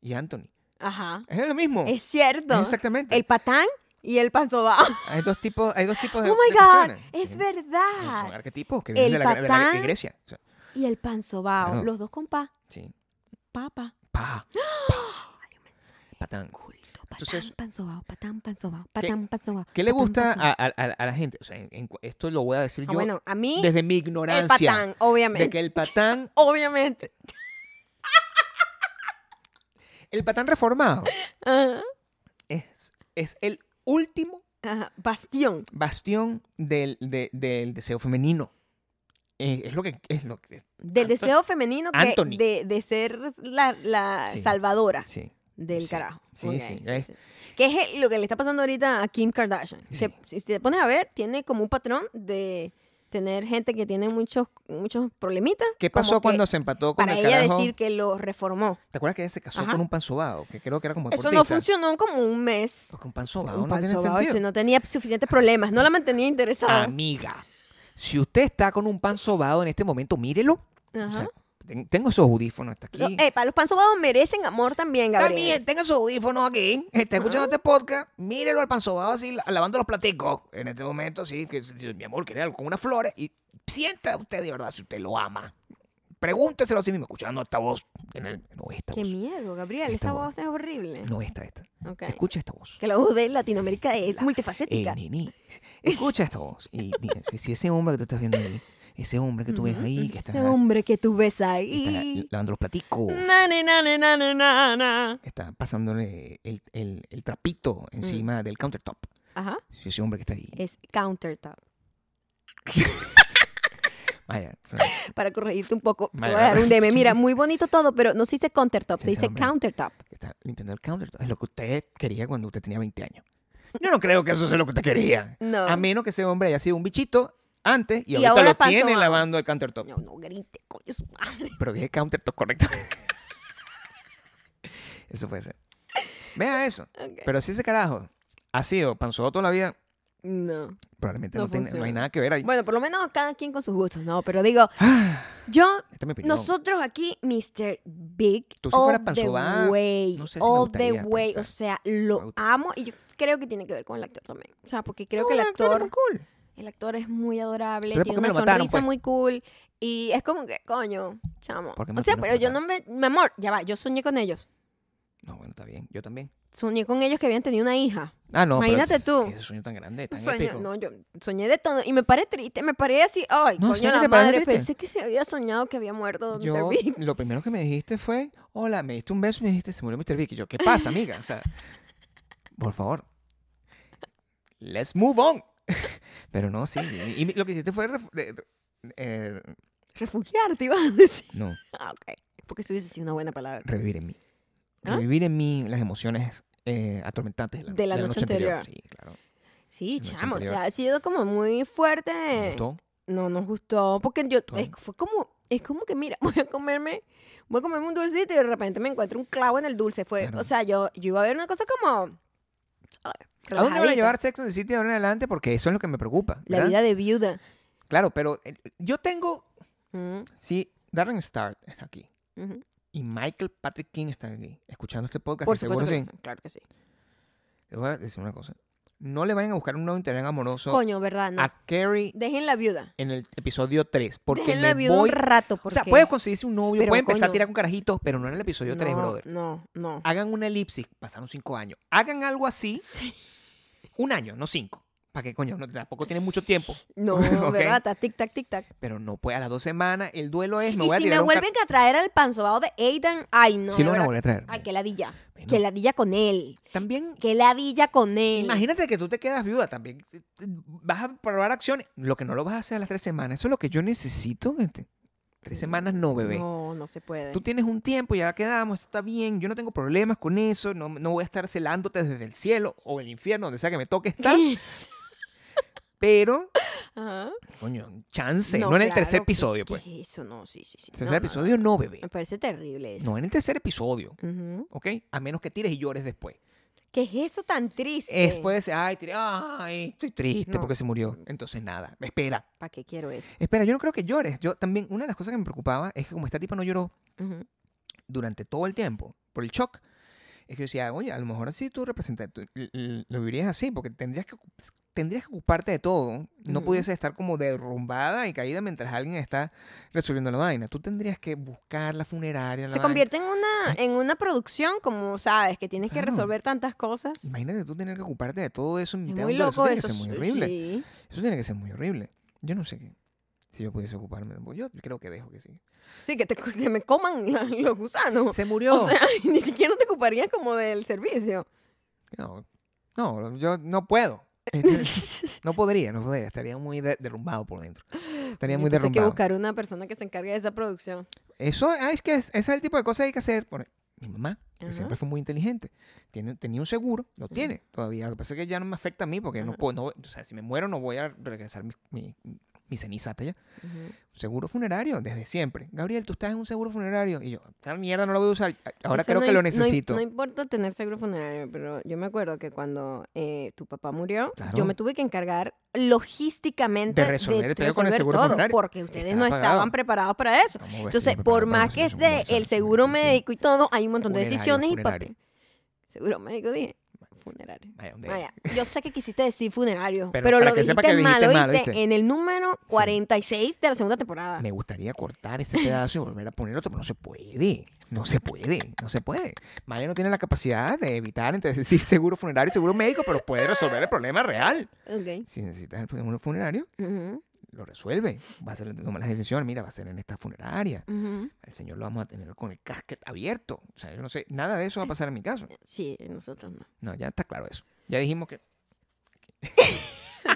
B: y Anthony.
A: Ajá.
B: Es lo mismo.
A: Es cierto.
B: Es exactamente.
A: El patán y el panzobado.
B: Hay dos tipos, hay dos tipos de,
A: oh my
B: pues, de
A: God.
B: personas.
A: Es
B: Sí. Son
A: verdad.
B: arquetipos que vienen
A: El
B: de la, de la
A: patán.
B: Grecia. O sea,
A: Y el panzobado.
B: Claro.
A: Los dos con pa.
B: sí.
A: Papa.
B: Pa,
A: Hay un mensaje
B: patán.
A: oculto. Patán,
B: Entonces-
A: panzobado. Patán, panzobado. Patán, panzobado.
B: ¿Qué le
A: patán,
B: gusta
A: panzobado.
B: a, a- a- a la gente? O sea, en- en cu- esto lo voy a decir
A: Ah,
B: yo
A: bueno, a mí,
B: desde mi
A: el
B: ignorancia.
A: patán,
B: de
A: obviamente.
B: que el patán,
A: Obviamente.
B: el patán reformado
A: Ajá.
B: es, es el último
A: Ajá. Bastión.
B: bastión del, de- del deseo femenino. Eh, es lo que es lo que
A: Del
B: Anto-
A: deseo femenino que
B: Anthony.
A: de, de ser la, la
B: Sí.
A: salvadora
B: sí.
A: del
B: Sí.
A: carajo.
B: Sí,
A: Ok,
B: sí, es-
A: Que es el- lo que le está pasando ahorita a Kim Kardashian.
B: Sí.
A: Que si si te pones a ver, tiene como un patrón de tener gente que tiene muchos muchos problemitas.
B: ¿Qué
A: como
B: pasó
A: que
B: cuando se empató con
A: para
B: el
A: ella
B: carajo?
A: decir que lo reformó?
B: ¿Te acuerdas que ella se casó
A: Ajá.
B: con un panzobado? Que creo que era como
A: Eso no
B: deportista?
A: funcionó como un mes.
B: Porque un panzobado
A: Un
B: no tiene
A: panzobao,
B: sentido. Ah,
A: eso no tenía suficientes problemas, no la mantenía interesada.
B: Amiga, si usted está con un pan sobado en este momento, mírelo. O sea,
A: Ajá.
B: Ten- tengo esos audífonos hasta aquí.
A: Lo- epa, los panzobados merecen amor también, Gabriel.
B: También tengan sus audífonos aquí. Está escuchando este podcast. Mírelo al panzobado así, la- lavando los platicos. En este momento, sí, que Dios, mi amor, quiere algo con unas flores. Y sienta usted de verdad si usted lo ama. Pregúnteselo a sí mismo, escuchando esta voz. En el- no esta
A: Qué
B: voz.
A: miedo, Gabriel.
B: Esta
A: Esa
B: voz.
A: voz es horrible.
B: No esta, esta.
A: Ok.
B: Este Escucha esta voz.
A: Que la voz de Latinoamérica es
B: Eh,
A: multifacética.
B: neni, escucha esta voz. Y díganse, si ese hombre que tú estás viendo ahí, ese hombre que tú ves ahí, que está,
A: Ese hombre que tú ves
B: está la-
A: ahí.
B: lavando los platicos.
A: Na, na, na, na, na, na, na, na.
B: Está pasándole el, el- el
A: Mm.
B: trapito encima del countertop.
A: Ajá.
B: Si ese hombre que está ahí.
A: Es countertop.
B: Vaya, Fran,
A: Para corregirte un poco, te voy
B: Vale,
A: a dar un
B: vale.
A: DM. Mira, muy bonito todo, pero no se dice countertop, se
B: Ese
A: dice
B: hombre.
A: countertop.
B: que está limpiando el countertop. Es lo que usted quería cuando usted tenía 20 años. Yo no creo que eso sea lo que usted quería.
A: No.
B: A menos que ese hombre haya sido un bichito antes y,
A: Y
B: ahorita
A: ahora
B: lo
A: pasó
B: tiene
A: a-
B: lavando el countertop.
A: No, no grite, coño, su madre.
B: Pero dije countertop correcto. eso puede ser. Vea eso.
A: Ok.
B: Pero si ese carajo ha sido panzudo toda la vida,
A: No.
B: probablemente no,
A: No
B: tiene- no hay
A: funciona.
B: nada que ver ahí.
A: Bueno, por lo menos cada quien con sus gustos, ¿no? Pero digo, yo
B: Esta Este es mi opinión.
A: Nosotros aquí, Mr. Big,
B: Tú si
A: all
B: fueras
A: the
B: panzobá,
A: way,
B: no sé si me
A: all
B: gustaría,
A: the
B: pero
A: way,
B: está-
A: o sea,
B: me
A: lo
B: gusta.
A: amo y yo creo que tiene que ver con el actor también, o sea, porque creo
B: No,
A: que el
B: la doctora
A: actor,
B: es muy cool.
A: el actor es muy adorable,
B: Entonces, ¿por
A: tiene
B: qué me
A: una
B: lo mataron,
A: sonrisa
B: pues?
A: muy cool y es como que, coño, chamo,
B: ¿Por qué me
A: o
B: pues?
A: sea,
B: lo
A: pero yo no me, mi amor, ya va, yo soñé con ellos,
B: No, bueno, está bien. Yo también.
A: soñé con ellos que habían tenido una hija,
B: Ah, no. pero
A: Imagínate
B: es-
A: tú.
B: Ese sueño tan grande, tan
A: Soñé-
B: épico.
A: no, yo soñé de todo y me paré triste, me paré así, ay,
B: No, ¿sí
A: coño,
B: que te
A: la
B: parece
A: madre,
B: triste?
A: pensé que se había soñado que había muerto
B: Yo,
A: Mr. Big.
B: lo primero que me dijiste fue, hola, me diste un beso y me dijiste, se murió Mr. Big. Y yo, ¿qué pasa, amiga? O sea, por favor, let's move on. Pero no, sí. Y, y lo que hiciste fue... ref- eh, eh,
A: Refugiarte, ibas a decir.
B: no,
A: Ah, ok. Porque eso hubiese sido una buena palabra.
B: revivir en mí.
A: ¿Ah?
B: Revivir en mí las emociones eh, atormentantes de la, de la noche, anterior. Sí, claro.
A: Sí,
B: Noche
A: chamo, o
B: anterior.
A: sea, ha sido como muy
B: Me
A: fuerte.
B: gustó.
A: No nos gustó, porque yo,
B: Gustó.
A: es, fue como, es como que mira, voy a comerme, voy a comerme un dulcito y de repente me encuentro un clavo en el dulce. Fue,
B: Claro.
A: o sea, yo, yo iba a ver una cosa como, ¿sabes?
B: ¿A dónde van a
A: Relajadita.
B: llevar Sexo en el City de ahora en adelante? Porque eso es lo que me preocupa.
A: La
B: ¿verdad?
A: vida de viuda.
B: Claro, pero eh, yo tengo...
A: Mm,
B: Sí, Darren Star está aquí.
A: ujú.
B: Y Michael Patrick King está aquí, escuchando este podcast.
A: Por
B: que seguro
A: supuesto, que
B: sí.
A: no, claro que sí.
B: Les voy a decir una cosa. No le vayan a buscar un nuevo interés amoroso
A: Coño, ¿verdad? No.
B: a Carrie
A: Dejen la viuda.
B: en el episodio 3. Porque
A: Dejen
B: me
A: la viuda
B: voy...
A: un rato,
B: O
A: porque...
B: sea, puede conseguirse un novio,
A: Pero,
B: puede empezar a
A: coño.
B: tirar con carajitos, pero no en el episodio 3,
A: No,
B: brother. Ah,
A: No, no.
B: Hagan una elipsis, pasaron 5 años. Hagan algo así, un año, no 5. ¿Para qué coño? No, tampoco tienen mucho tiempo.
A: No,
B: Ok.
A: ¿verdad? Ta- Tic, tac, tic, tac.
B: Pero no puede, a las dos semanas, el duelo es, me
A: y
B: voy a
A: si me
B: tirar un car-
A: vuelven a traer al panzobado de Aidan, ay no.
B: Sí lo
A: de verdad.
B: van a volver a traer.
A: Ay, que ladilla.
B: Bueno.
A: Que ladilla con él.
B: También
A: Que ladilla con él.
B: Imagínate que tú te quedas viuda también. eh, Vas a probar acciones. Lo que no lo vas a hacer a las tres semanas. Eso es lo que yo necesito, gente. Tres semanas no, bebé.
A: Mm, No, no se puede.
B: Tú tienes un tiempo, ya quedamos, está bien. Yo no tengo problemas con eso. No, no voy a estar celándote desde el cielo o el infierno, donde sea que me toque estar. Pero,
A: Ajá.
B: coño, un chance. No,
A: No,
B: en el
A: claro,
B: tercer
A: ¿qué-
B: episodio, pues.
A: ¿Qué es eso? No, sí, sí, sí.
B: Tercer
A: No, no,
B: episodio
A: no.
B: no, bebé.
A: Me parece terrible eso.
B: No en el tercer episodio,
A: Ujú.
B: ¿ok? A menos que tires y llores después.
A: ¿Qué es eso tan triste?
B: Después, ay, tiré- ay, estoy triste
A: No.
B: porque se murió. Entonces, nada, espera.
A: ¿Para qué quiero eso?
B: Espera, yo no creo que llores. Yo también, una de las cosas que me preocupaba es que como esta tipa no lloró
A: Ujú.
B: durante todo el tiempo, por el shock, es que yo decía, oye, a lo mejor así tú representas, tú, l- l- lo vivirías así, porque tendrías que, ocup- tendrías que ocuparte de todo. No
A: Ujú.
B: pudieses estar como derrumbada y caída mientras alguien está resolviendo la vaina. Tú tendrías que buscar la funeraria. La
A: Se
B: vaina.
A: convierte en una, en una producción, como sabes, que tienes
B: Claro.
A: que resolver tantas cosas.
B: Imagínate tú tener que ocuparte de todo eso en
A: Es
B: mitad
A: muy
B: de un duelo.
A: loco eso.
B: Eso tiene que ser
A: sí,
B: muy horrible.
A: sí.
B: Eso tiene que ser muy horrible. Yo no sé qué. Si yo pudiese ocuparme, yo creo que dejo que sí.
A: Sí, que, te, que me coman la- los gusanos.
B: Se murió.
A: O sea, ni siquiera te ocuparías como del servicio.
B: No, no, yo no puedo. Este, No podría, no podría. Estaría muy de- derrumbado por dentro. Estaría muy
A: Entonces Hay que
B: derrumbado.
A: buscar una persona que se encargue de esa producción.
B: Eso ah, es que es, ese es el tipo de cosas que hay que hacer. Por- e, mi mamá, que
A: Ajá.
B: siempre fue muy inteligente, tiene, tenía un seguro, lo tiene todavía. Lo que pasa es que ya no me afecta a mí porque no
A: Ajá.
B: puedo, no, o sea, si me muero no voy a regresar mi, mi- mi cenizata ya.
A: Ujú.
B: Seguro funerario, desde siempre. Gabriel, tú estás en un seguro funerario. Y yo, esta mierda no la voy a usar. Ahora
A: Eso
B: creo
A: no
B: que lo
A: im- no im-
B: necesito.
A: No, importa tener seguro funerario, pero yo me acuerdo que cuando eh, tu papá murió,
B: Claro.
A: yo me tuve que encargar logísticamente
B: De resolver el pedo con el
A: resolver
B: seguro
A: todo,
B: funerario.
A: porque ustedes
B: Estaba
A: no
B: pagado.
A: estaban preparados para eso.
B: Estamos vestidos
A: Entonces,
B: preparados
A: por
B: para
A: más que
B: nosotros,
A: esté
B: conversar,
A: el seguro
B: conversar.
A: médico y todo, hay un montón de
B: Funerario,
A: decisiones y
B: funerario.
A: papel. Seguro médico, dije. Funerario.
B: Vaya, ¿dónde
A: Vaya, yo sé que quisiste decir funerario,
B: Pero
A: pero,
B: para
A: lo
B: que
A: dijiste,
B: sepa que dijiste
A: mal,
B: mal,
A: ¿oíste?
B: ¿oíste?
A: En el número 46 de la segunda temporada.
B: Me gustaría cortar ese pedazo y volver a poner otro, pero no se puede. No se puede, no se puede. Maya no tiene la capacidad de evitar entre decir seguro funerario y seguro médico, pero puede resolver el problema real.
A: Ok.
B: Si necesitas el seguro funerario,
A: Ujú,
B: lo resuelve. Va a ser tomar las decisiones. Mira, va a ser en esta funeraria.
A: ujú.
B: Al señor lo vamos a tener con el casquet abierto. O sea, yo no sé, nada de eso va a pasar en mi caso.
A: Sí, nosotros no.
B: No, ya está claro eso. Ya dijimos que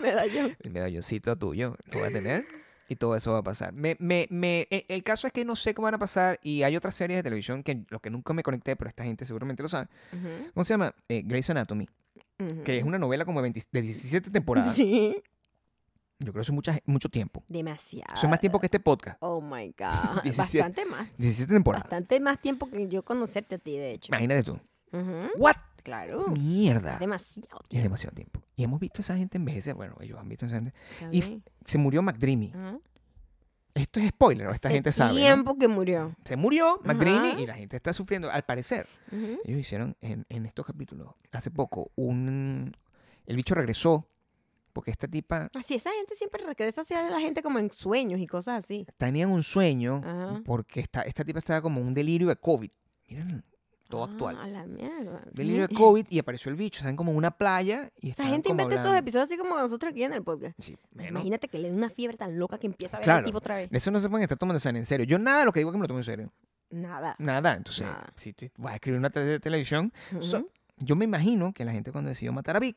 A: Medallón.
B: el medalloncito tuyo lo va a tener y todo eso va a pasar. Me, me, me, e- el caso es que no sé cómo van a pasar y hay otras series de televisión que lo que nunca me conecté, pero esta gente seguramente lo sabe.
A: Ujú,
B: ¿Cómo se llama? Eh, Grey's Anatomy,
A: ujú.
B: que es una novela como de, 20 de 17 temporadas.
A: Sí.
B: Yo creo que eso es mucha- mucho tiempo.
A: Demasiado.
B: Eso es más tiempo que este podcast.
A: Oh my God.
B: 17.
A: Bastante más.
B: 17 temporadas.
A: Bastante más tiempo que yo conocerte a ti, de hecho.
B: Imagínate tú.
A: Ujú,
B: ¿What?
A: Claro.
B: Mierda.
A: Demasiado.
B: Y es demasiado tiempo. Y hemos visto a esa gente envejecer. Bueno, ellos han visto a esa gente.
A: está
B: Y
A: bien.
B: se murió McDreamy.
A: Ujú.
B: Esto es spoiler, ¿no?
A: Mm.
B: esta
A: Hace
B: gente sabe. ¿no?
A: tiempo que murió.
B: Se murió McDreamy
A: Ajá.
B: y la gente está sufriendo, al parecer.
A: Ujú.
B: Ellos hicieron en, en estos capítulos, hace poco, un... El bicho regresó porque esta tipa
A: Así, esa gente siempre regresa hacia la gente como en sueños y cosas así.
B: tenían un sueño
A: Ajá.
B: porque esta, esta tipa estaba como en un delirio de COVID. Miren, todo
A: Ah,
B: actual.
A: A la mierda. sí.
B: Delirio de COVID y apareció el bicho, estaban como en una playa
A: Esa
B: y estaban
A: gente
B: como
A: inventa esos
B: hablando.
A: episodios así como nosotros aquí en el podcast.
B: Sí, bueno,
A: Imagínate que le dé una fiebre tan loca que empieza a ver
B: Claro.
A: al tipo otra vez.
B: eso no se pueden estar tomando en serio. Yo nada de lo que digo que me lo tomo en serio.
A: Nada.
B: Nada. Entonces,
A: Nada.
B: si tú vas a escribir una te- de televisión,
A: Ujú.
B: So- yo me imagino que la gente cuando decidió matar a Vic,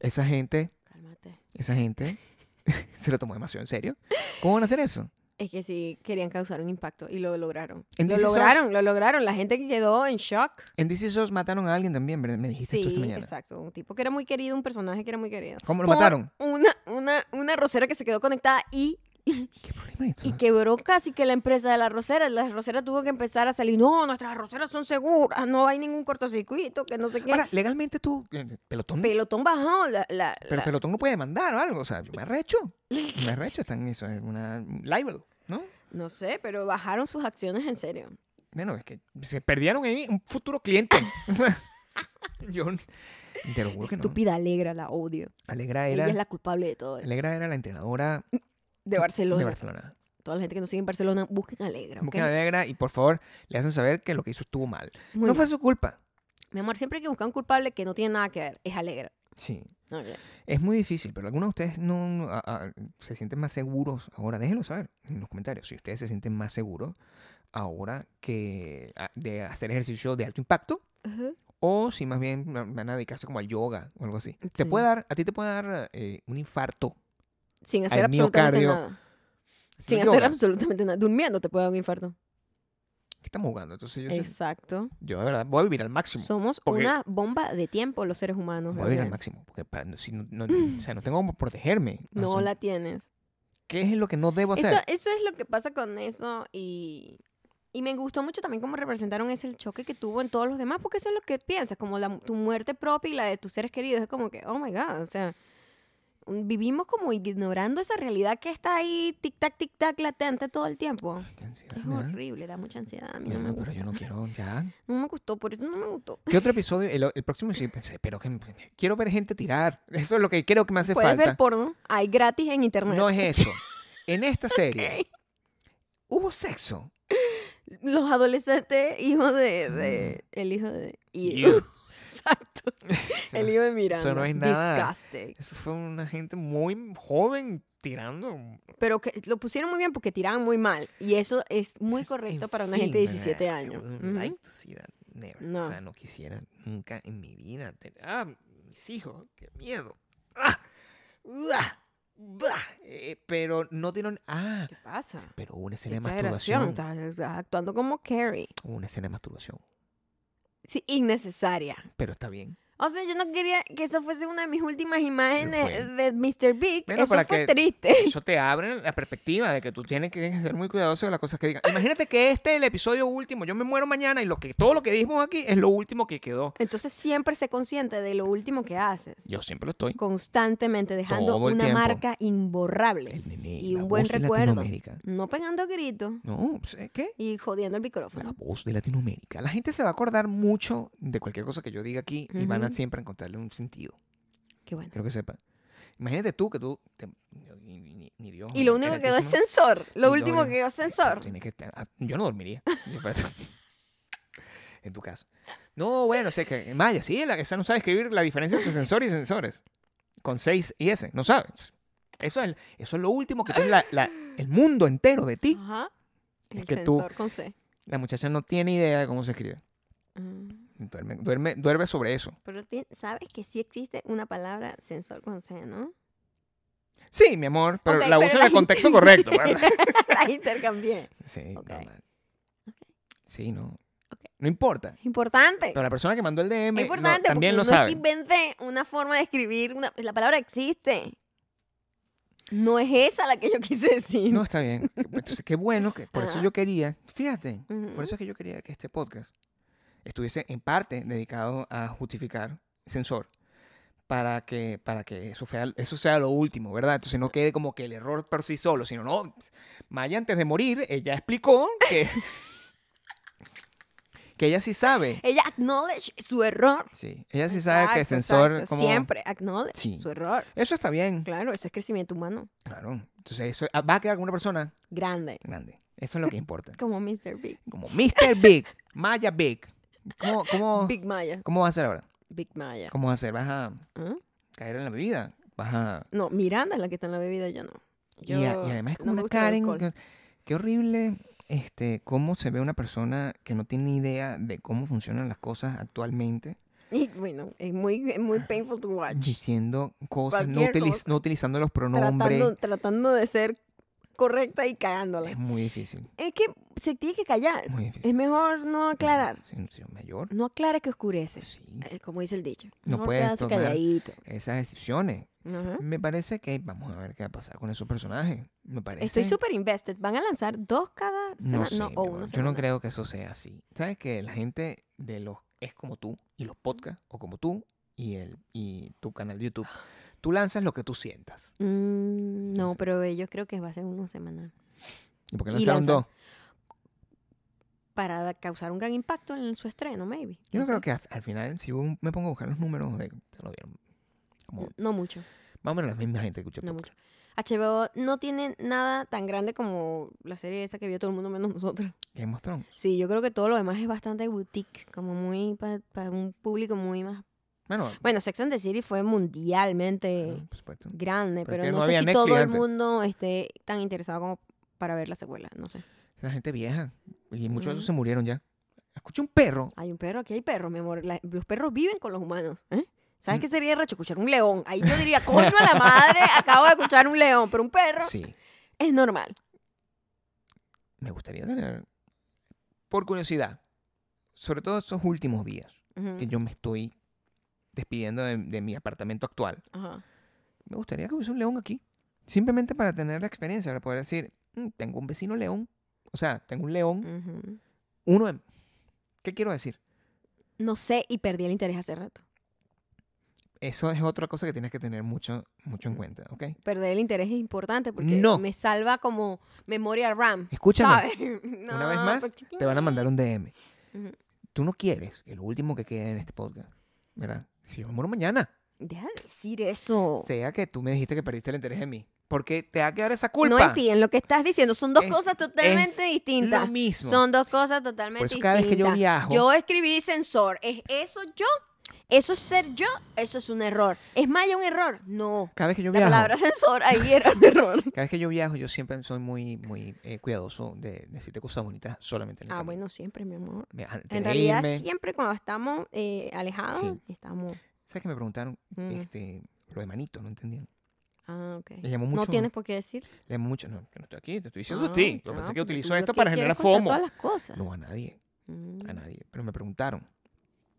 B: esa gente,
A: Cálmate.
B: esa gente se lo tomó demasiado en serio. ¿Cómo van a hacer eso?
A: Es que sí querían causar un impacto y lo lograron.
B: En
A: lo
B: This Is Us-
A: lograron, lo lograron. La gente que quedó en shock.
B: En DC SOS mataron a alguien también, ¿verdad? Me dijiste
A: Sí,
B: esto esta mañana.
A: exacto. Un tipo que era muy querido, un personaje que era muy querido.
B: ¿Cómo lo
A: Por
B: mataron?
A: Una, una, una rosera que se quedó conectada y,
B: ¿Qué problema es
A: y
B: esto?
A: quebró casi que la empresa de la rosera. La rosera tuvo que empezar a salir. No, nuestras roseras son seguras, no hay ningún cortocircuito, que no sé qué.
B: Ahora, legalmente tú, eh, pelotón,
A: Pelotón bajado. La, la-
B: pero
A: la-
B: pelotón no puede demandar o algo. O sea, yo me arrecho. Me arrecho, están eso, es una libel, ¿no?
A: No sé, pero bajaron sus acciones en serio.
B: Bueno, es que se perdieron ahí un futuro cliente. yo te lo juro que no.
A: Estúpida, alegra, la odio.
B: Alegra
A: Ella
B: era,
A: es la culpable de todo. esto.
B: Alegra era la entrenadora
A: De
B: de
A: Barcelona.
B: Barcelona.
A: Toda la gente que nos sigue en Barcelona, busquen Alegra. ¿ok?
B: Busquen a Alegra y por favor le hacen saber que lo que hizo estuvo mal.
A: Muy
B: no
A: bien.
B: fue su culpa.
A: Mi amor, siempre hay que buscar un culpable que no tiene nada que ver. Es Alegra.
B: Sí.
A: Ok.
B: Es muy difícil, pero algunos de ustedes no, no- a- a- se sienten más seguros ahora. Déjenlo saber en los comentarios si ustedes se sienten más seguros ahora que a- de hacer ejercicio de alto impacto o si más bien va- van a dedicarse como al yoga o algo así. Te
A: Sí.
B: puede dar, a ti te puede dar eh, un infarto.
A: Sin
B: Al
A: hacer absolutamente
B: miocardio.
A: nada. Sin
B: yoga.
A: hacer absolutamente nada. Durmiendo te puede dar un infarto.
B: ¿Qué estamos jugando? Entonces yo, sé-
A: Exacto.
B: yo de verdad voy a vivir al máximo.
A: Somos
B: Porque-
A: una bomba de tiempo los seres humanos.
B: voy a vivir al
A: Gabriel.
B: máximo. Porque para- no- si no, no- o sea, no tengo como protegerme. O
A: No
B: sea,
A: la tienes.
B: ¿Qué es lo que no debo hacer?
A: Eso, eso es lo que pasa con eso y, y me gustó mucho también cómo representaron ese el choque que tuvo en todos los demás, porque eso es lo que piensas, como la, tu muerte propia y la de tus seres queridos. Es como que, oh my God, o sea, un- vivimos como ignorando esa realidad que está ahí, tic-tac, tic-tac, latente todo el tiempo.
B: Qué ansiedad
A: Es
B: me da.
A: horrible, da mucha ansiedad. A mí
B: Mi
A: no me
B: alma, pero
A: gusta.
B: yo no quiero ya.
A: No me gustó, por eso no me gustó.
B: ¿Qué otro episodio? El, el próximo sí, pensé, pero que quiero ver gente tirar. Eso es lo que creo que me hace
A: Puedes
B: falta.
A: ver porno, hay gratis en internet.
B: no es eso. En esta serie hubo sexo.
A: Los adolescentes, hijos de, de-
B: Mm.
A: El hijo de. y-
B: You.
A: Exacto. El hijo de Miranda.
B: no es nada.
A: Disgusting.
B: Eso fue una gente muy joven tirando.
A: Pero que lo pusieron muy bien porque tiraban muy mal. Y eso es muy correcto
B: En
A: para una gente de
B: fin,
A: 17
B: I
A: años.
B: wouldn't
A: Ujú.
B: like to see that, never.
A: No.
B: O sea, no quisiera nunca en mi vida tener. Ah, mis hijos, qué miedo. Ah, uah, bah. Eh, pero no dieron. Ah,
A: ¿Qué pasa?
B: pero hubo una escena de
A: Exageración.
B: masturbación.
A: Estás, estás actuando como Carrie.
B: Hubo una escena de masturbación.
A: Sí, innecesaria.
B: Pero está bien.
A: O sea, yo no quería que esa fuese una de mis últimas
B: Fue.
A: imágenes de Mr. Big.
B: Bueno,
A: eso
B: para
A: fue
B: que-
A: triste.
B: Eso te abre la perspectiva de que tú tienes que ser muy cuidadoso de las cosas que digas. Imagínate que este es el episodio último. Yo me muero mañana y lo que, todo lo que dijimos aquí es lo último que quedó.
A: Entonces siempre sé consciente de lo último que haces.
B: Yo siempre lo estoy.
A: Constantemente dejando
B: Todo el
A: una
B: tiempo.
A: marca imborrable.
B: El nené,
A: Y
B: la
A: un buen
B: voz de
A: recuerdo.
B: Latinoamérica.
A: No pegando gritos
B: No, pues, ¿eh? ¿qué?
A: y jodiendo el
B: La
A: micrófono.
B: voz de Latinoamérica. La gente se va a acordar mucho de cualquier cosa que yo diga aquí y van
A: Ujú.
B: a siempre encontrarle un sentido.
A: Qué bueno.
B: Quiero que sepan. Imagínate tú que tú. te- ni, ni- ni Dios,
A: Y lo
B: ni
A: único que quedó es
B: Altísimo.
A: sensor. Lo
B: Y
A: último
B: doble.
A: que quedó es sensor.
B: Tiene que estar- ah, yo no dormiría. si fuera tú. en tu caso. No, bueno, sé que. Vaya, sí, la, esa no sabe escribir la diferencia entre sensor y sensores. Con 6 y S. No sabes. Eso es, eso es lo último que tiene la- la- el mundo entero de ti.
A: Ajá. El
B: Es que tú-
A: sensor con C.
B: La muchacha no tiene idea de cómo se escribe.
A: Mm.
B: Duerme, duerme, duerme sobre eso.
A: Pero ti- sabes que sí existe una palabra sensor con C, ¿no?
B: Sí, mi amor, pero
A: Ok,
B: la usa en el
A: la
B: contexto
A: inter-
B: correcto. ¿verdad?
A: la intercambié.
B: sí,
A: Ok.
B: normal.
A: Ok.
B: Sí, no.
A: Ok.
B: No importa.
A: Es importante.
B: Pero la persona que mandó el DM
A: Es
B: no-
A: importante
B: también
A: porque no
B: lo
A: es
B: sabe.
A: que inventé una forma de escribir. Una... La palabra existe. No es esa la que yo quise decir.
B: No, está bien. Entonces, qué bueno que por eso
A: Ajá.
B: yo quería, fíjate,
A: Ujú.
B: por eso es que yo quería que este podcast estuviese en parte dedicado a justificar sensor para que para que eso sea, eso sea lo último, ¿verdad? Entonces no quede como que el error por sí solo, sino no, Maya antes de morir ella explicó que que ella sí sabe.
A: Ella acknowledge su error.
B: Sí, ella sí sabe que
A: Exacto,
B: sensor
A: exacto.
B: como-
A: Siempre acknowledge
B: Sí.
A: su error.
B: Eso está bien.
A: Claro, eso es crecimiento humano.
B: Claro. Entonces eso ah, va a quedar con una persona
A: Grande.
B: grande. Eso es lo que importa.
A: Como Mr. Big.
B: Como Mr. Big, Maya Big. ¿Cómo, cómo,
A: Big Maya.
B: ¿Cómo vas a hacer ahora?
A: Big Maya.
B: ¿Cómo vas a hacer? ¿Vas a
A: ¿Ah?
B: caer en la bebida? ¿Vas a...?
A: No, Miranda es la que está en la bebida, yo no.
B: Y, a- y
A: Yo
B: además es
A: no
B: como
A: me
B: una
A: gusta el
B: Karen...
A: alcohol.
B: que- Qué horrible este, cómo se ve una persona que no tiene idea de cómo funcionan las cosas actualmente,
A: Y bueno, es muy, es muy painful to watch.
B: diciendo cosas, no,
A: Cualquier
B: utiliz-
A: cosa.
B: no utilizando los pronombres.
A: Tratando, tratando de ser correcta y cagándola.
B: Es muy difícil,
A: Es que se tiene que callar.
B: Em. muy
A: Es
B: difícil.
A: mejor no aclarar.
B: Sí, sí, mayor,
A: No aclara que oscurece.
B: sí.
A: eh, Como dice el dicho.
B: No
A: Mejor
B: puedes
A: quedarse
B: tomar-
A: calladito.
B: Esas decisiones.
A: Ajá.
B: Me parece que vamos a ver qué va a pasar con esos personajes. Me parece...
A: Estoy súper invested. Van a lanzar dos cada semana.
B: No sé, mi
A: o
B: amor,
A: uno
B: yo no creo que eso sea así. ¿Sabes que la gente de los es como tú y los podcasts o como tú y el y tu canal de YouTube, tú lanzas lo que tú sientas.
A: Mm, no,
B: sé.
A: pero ellos creo que va a ser uno semanal.
B: ¿Y por qué
A: Y
B: lanzaron
A: lanzan-
B: dos?
A: Para da- causar un gran impacto en su estreno, maybe.
B: Yo no, creo
A: sé.
B: que a- al final si un- me pongo a buscar los números de se lo vieron como
A: No mucho.
B: más o menos la misma gente que escucha
A: Mm. No
B: podcast.
A: mucho. HBO no tiene nada tan grande como la serie esa que vio todo el mundo menos nosotros.
B: Game of Thrones.
A: Sí, yo creo que todo lo demás es bastante boutique, como muy para un público muy más...
B: Bueno,
A: Bueno, Sex and the City fue mundialmente
B: no, por supuesto.
A: grande, pero,
B: Pero es que
A: no,
B: no
A: sé
B: había
A: si
B: Netflix
A: todo el
B: antes.
A: mundo esté tan interesado como para ver la secuela, no sé.
B: La gente vieja y muchos de esos
A: Ujú.
B: se murieron ya. Escuché un perro.
A: Hay un perro, aquí hay perros, mi amor. La- los perros viven con los humanos. ¿eh?
B: Mm.
A: ¿Sabes qué sería recho? Escuchar un león. Ahí yo diría, coño a la madre, acabo de escuchar un león, pero un perro
B: Sí.
A: es normal.
B: Me gustaría tener por curiosidad, sobre todo esos últimos días.
A: Ujú,
B: que yo me estoy despidiendo de, de mi apartamento actual.
A: Ajá.
B: Me gustaría que hubiese un león aquí. Simplemente para tener la experiencia, para poder decir, "Mm, tengo un vecino león. O sea, tengo un
A: Mm.
B: león.
A: ujú.
B: Uno de... ¿Qué quiero decir?
A: No sé, y perdí el interés hace rato.
B: Eso es otra cosa que tienes que tener mucho,
A: Mm.
B: mucho en cuenta, ¿ok?
A: Perder el interés es importante porque
B: No.
A: me salva como memoria RAM.
B: Escúchame,
A: ¿sabes? pues,
B: una vez más, te van a mandar un DM.
A: Ujú.
B: Tú no quieres el último que quede en este podcast, ¿verdad? Si yo me muero mañana,
A: Deja de decir eso.
B: sea que tú me dijiste que perdiste el interés en mí, porque te va a quedar esa culpa.
A: No entiendo lo que estás diciendo. Son dos
B: Es-
A: cosas totalmente distintas.
B: Lo mismo.
A: Son dos cosas totalmente
B: Por eso cada vez que yo
A: distintas.
B: viajo-
A: Yo escribí sensor. ¿Es eso yo? ¿Eso es ser yo? Eso es un error. ¿Es Maya un error? No.
B: Cada vez que yo
A: La
B: viajo.
A: palabra sensor ahí era un error.
B: Cada vez que yo viajo, yo siempre soy muy, muy eh, cuidadoso de decirte cosas bonitas solamente en el
A: Ah,
B: camino.
A: bueno, siempre, mi amor.
B: Me- antes
A: En
B: de
A: realidad,
B: irme,
A: siempre cuando estamos eh, alejados,
B: Sí.
A: estamos...
B: ¿Sabes que me preguntaron
A: Mm.
B: este, lo de manito? No entendían.
A: Ah, ok.
B: Le llamó mucho.
A: No tienes por qué decir.
B: Le llamó mucho. No, yo no estoy aquí, te estoy diciendo
A: Ah,
B: a ti. Lo
A: ya,
B: que pasa es que
A: pero
B: utilizo
A: tú
B: esto
A: aquí
B: para
A: quieres
B: generar
A: contar
B: FOMO.
A: todas las cosas.
B: No, a nadie.
A: Mm,
B: A nadie. Pero me preguntaron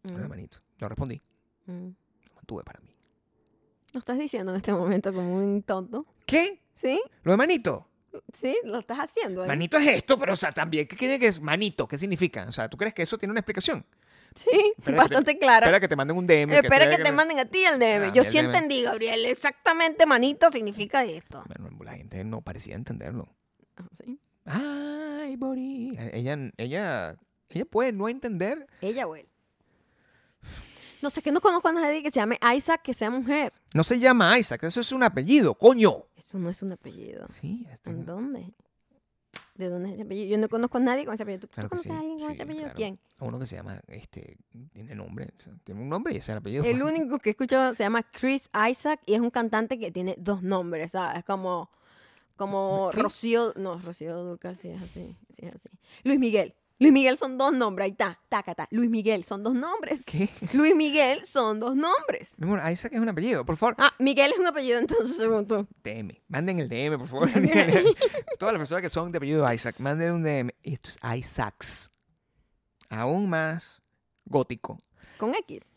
A: mm,
B: lo de manito. No respondí.
A: Mm.
B: Lo mantuve para mí.
A: Lo estás diciendo en este momento como un tonto.
B: ¿Qué?
A: ¿Sí?
B: ¿Lo de manito?
A: ¿Sí? ¿Lo estás haciendo? eh. ahí?
B: Manito es esto, pero o sea, también, ¿qué, qué, qué es manito? ¿Qué significa? O sea, ¿tú crees que eso tiene una explicación?
A: Sí,
B: Espera,
A: bastante clara.
B: Espera que te manden un DM.
A: Espera que, te manden a ti el DM.
B: Ah,
A: Yo
B: el
A: sí
B: DM.
A: entendí, Gabriel. Exactamente, manito significa esto.
B: Bueno, la gente no parecía entenderlo.
A: Ah, ¿sí?
B: Ay, Bori. Eh, Ella, ella, ella puede no entender.
A: Ella o él. No sé, que no conozco a nadie que se llame Isaac que sea mujer.
B: No se llama Isaac, eso es un apellido, coño.
A: Eso no es un apellido.
B: Sí, este-
A: ¿En dónde? ¿De dónde es ese apellido? Yo no conozco a nadie con ese apellido. ¿Tú, tú
B: Claro que
A: conoces
B: sí,
A: a alguien con ese
B: sí,
A: apellido?
B: claro.
A: ¿Quién?
B: uno que se llama, este, tiene nombre, o sea, tiene un nombre y ese es el apellido.
A: El único que he escuchado se llama Chris Isaac y es un cantante que tiene dos nombres, ¿sabes? Es como, como
B: ¿Chris?
A: Rocío, no, Rocío Durcal sí es así, sí es así. Luis Miguel. Luis Miguel son dos nombres, ahí está, tácata. Luis Miguel son dos nombres.
B: ¿Qué?
A: Luis Miguel son dos nombres.
B: Mi amor, Isaac es un apellido, por favor.
A: Ah, Miguel es un apellido entonces, según tú.
B: DM, manden el DM, por favor. Todas las personas que son de apellido Isaac, manden un DM. Y Esto es Isaacs. Aún más gótico.
A: Con X.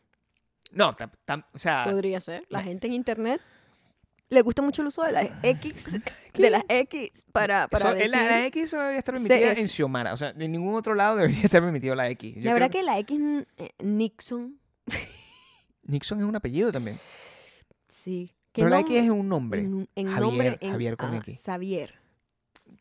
B: No, tam- tam- o sea,
A: Podría ser. La gente en internet le gusta mucho el uso de las X, de las X para, para
B: eso- eh,
A: decir...
B: la, la X solo debería estar permitida
A: CS.
B: en Xiomara. O sea, en ningún otro lado debería estar permitido la X. Yo
A: La
B: creo
A: verdad que la X, eh, Nixon,
B: Nixon es un apellido también.
A: sí. ¿Qué
B: Pero la
A: nombre?
B: X es un nombre.
A: En, en
B: Javier,
A: nombre en-
B: Javier con
A: ah,
B: X.
A: Xavier.